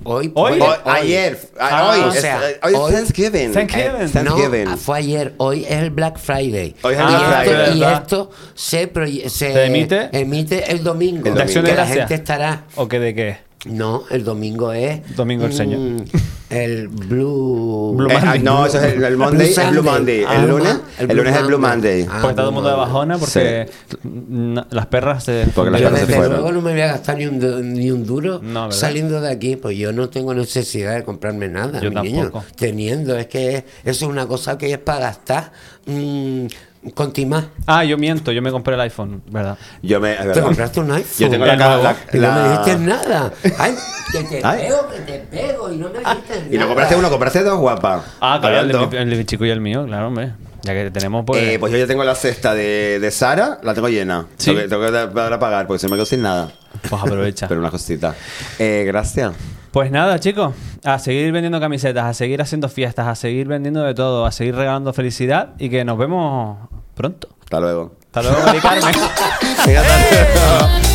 [SPEAKER 4] Hoy,
[SPEAKER 3] Hoy,
[SPEAKER 5] Hoy- ayer, a-
[SPEAKER 3] Ah,
[SPEAKER 5] hoy,
[SPEAKER 3] o
[SPEAKER 5] es-
[SPEAKER 4] sea,
[SPEAKER 5] eh, hoy es
[SPEAKER 4] hoy-
[SPEAKER 5] Thanksgiving.
[SPEAKER 3] Thanksgiving.
[SPEAKER 5] Eh,
[SPEAKER 4] No,
[SPEAKER 5] Thanksgiving.
[SPEAKER 4] ah, fue ayer, hoy es el Black Friday.
[SPEAKER 5] Hoy es el
[SPEAKER 4] y,
[SPEAKER 5] Black
[SPEAKER 4] esto,
[SPEAKER 5] Friday,
[SPEAKER 4] y
[SPEAKER 3] ¿verdad?
[SPEAKER 4] esto se, proye- se
[SPEAKER 3] ¿Se emite?
[SPEAKER 4] emite el domingo.
[SPEAKER 5] El
[SPEAKER 3] ¿De acción de
[SPEAKER 4] que la
[SPEAKER 3] gracia?
[SPEAKER 4] gente estará.
[SPEAKER 3] ¿O que de qué?
[SPEAKER 4] No, el domingo es. mm,
[SPEAKER 3] Domingo del Señor.
[SPEAKER 4] el Blue.
[SPEAKER 3] Blue
[SPEAKER 5] Eh, ah,
[SPEAKER 3] Monday.
[SPEAKER 5] no, eso es el, el Monday,
[SPEAKER 4] Sunday.
[SPEAKER 5] el Blue Monday.
[SPEAKER 4] Ah,
[SPEAKER 5] el lunes,
[SPEAKER 4] ah,
[SPEAKER 5] el lunes es el Blue Monday.
[SPEAKER 4] Ah,
[SPEAKER 3] Porque está todo el mundo de
[SPEAKER 4] Blue Monday.
[SPEAKER 3] bajona porque n- las perras se...
[SPEAKER 5] Porque las
[SPEAKER 4] Yo
[SPEAKER 5] perras se
[SPEAKER 4] desde
[SPEAKER 5] fueron.
[SPEAKER 4] luego no me voy a gastar ni un, du- ni un duro
[SPEAKER 3] No, ¿verdad?
[SPEAKER 4] saliendo de aquí, pues yo no tengo necesidad de comprarme nada,
[SPEAKER 3] Yo
[SPEAKER 4] mi niño.
[SPEAKER 3] tampoco.
[SPEAKER 4] Teniendo, es que es- eso es una cosa que es para gastar mm, con timás.
[SPEAKER 3] Ah, yo miento, yo me compré el iPhone, ¿verdad?
[SPEAKER 5] Yo me. es
[SPEAKER 4] Te
[SPEAKER 5] verdad.
[SPEAKER 4] compraste un iPhone.
[SPEAKER 5] Yo tengo la,
[SPEAKER 3] El
[SPEAKER 5] ca-
[SPEAKER 3] nuevo.
[SPEAKER 5] la-
[SPEAKER 4] Y no me
[SPEAKER 5] la-
[SPEAKER 4] dijiste nada. Ay, que te
[SPEAKER 5] Ay. Ah.
[SPEAKER 4] pego, que te pego y no me dijiste nada.
[SPEAKER 5] Y no compraste uno, compraste dos, guapa.
[SPEAKER 3] Ah, claro, el de,
[SPEAKER 5] Hablando.
[SPEAKER 3] mi, el de mi chico y el mío, claro, hombre. Ya que tenemos, pues...
[SPEAKER 5] Eh, pues yo ya tengo la cesta de, de Sara, la tengo llena.
[SPEAKER 3] Sí.
[SPEAKER 5] Tengo, que, tengo que dar- para pagar porque se me quedó sin nada.
[SPEAKER 3] pues aprovecha.
[SPEAKER 5] Pero una cosita. Eh, gracias.
[SPEAKER 3] Pues nada, chicos, a seguir vendiendo camisetas, a seguir haciendo fiestas, a seguir vendiendo de todo, a seguir regalando felicidad y que nos vemos pronto.
[SPEAKER 5] Hasta luego.
[SPEAKER 3] Hasta luego, Mari Carmen. ¡Eh!
[SPEAKER 5] Venga, hasta luego.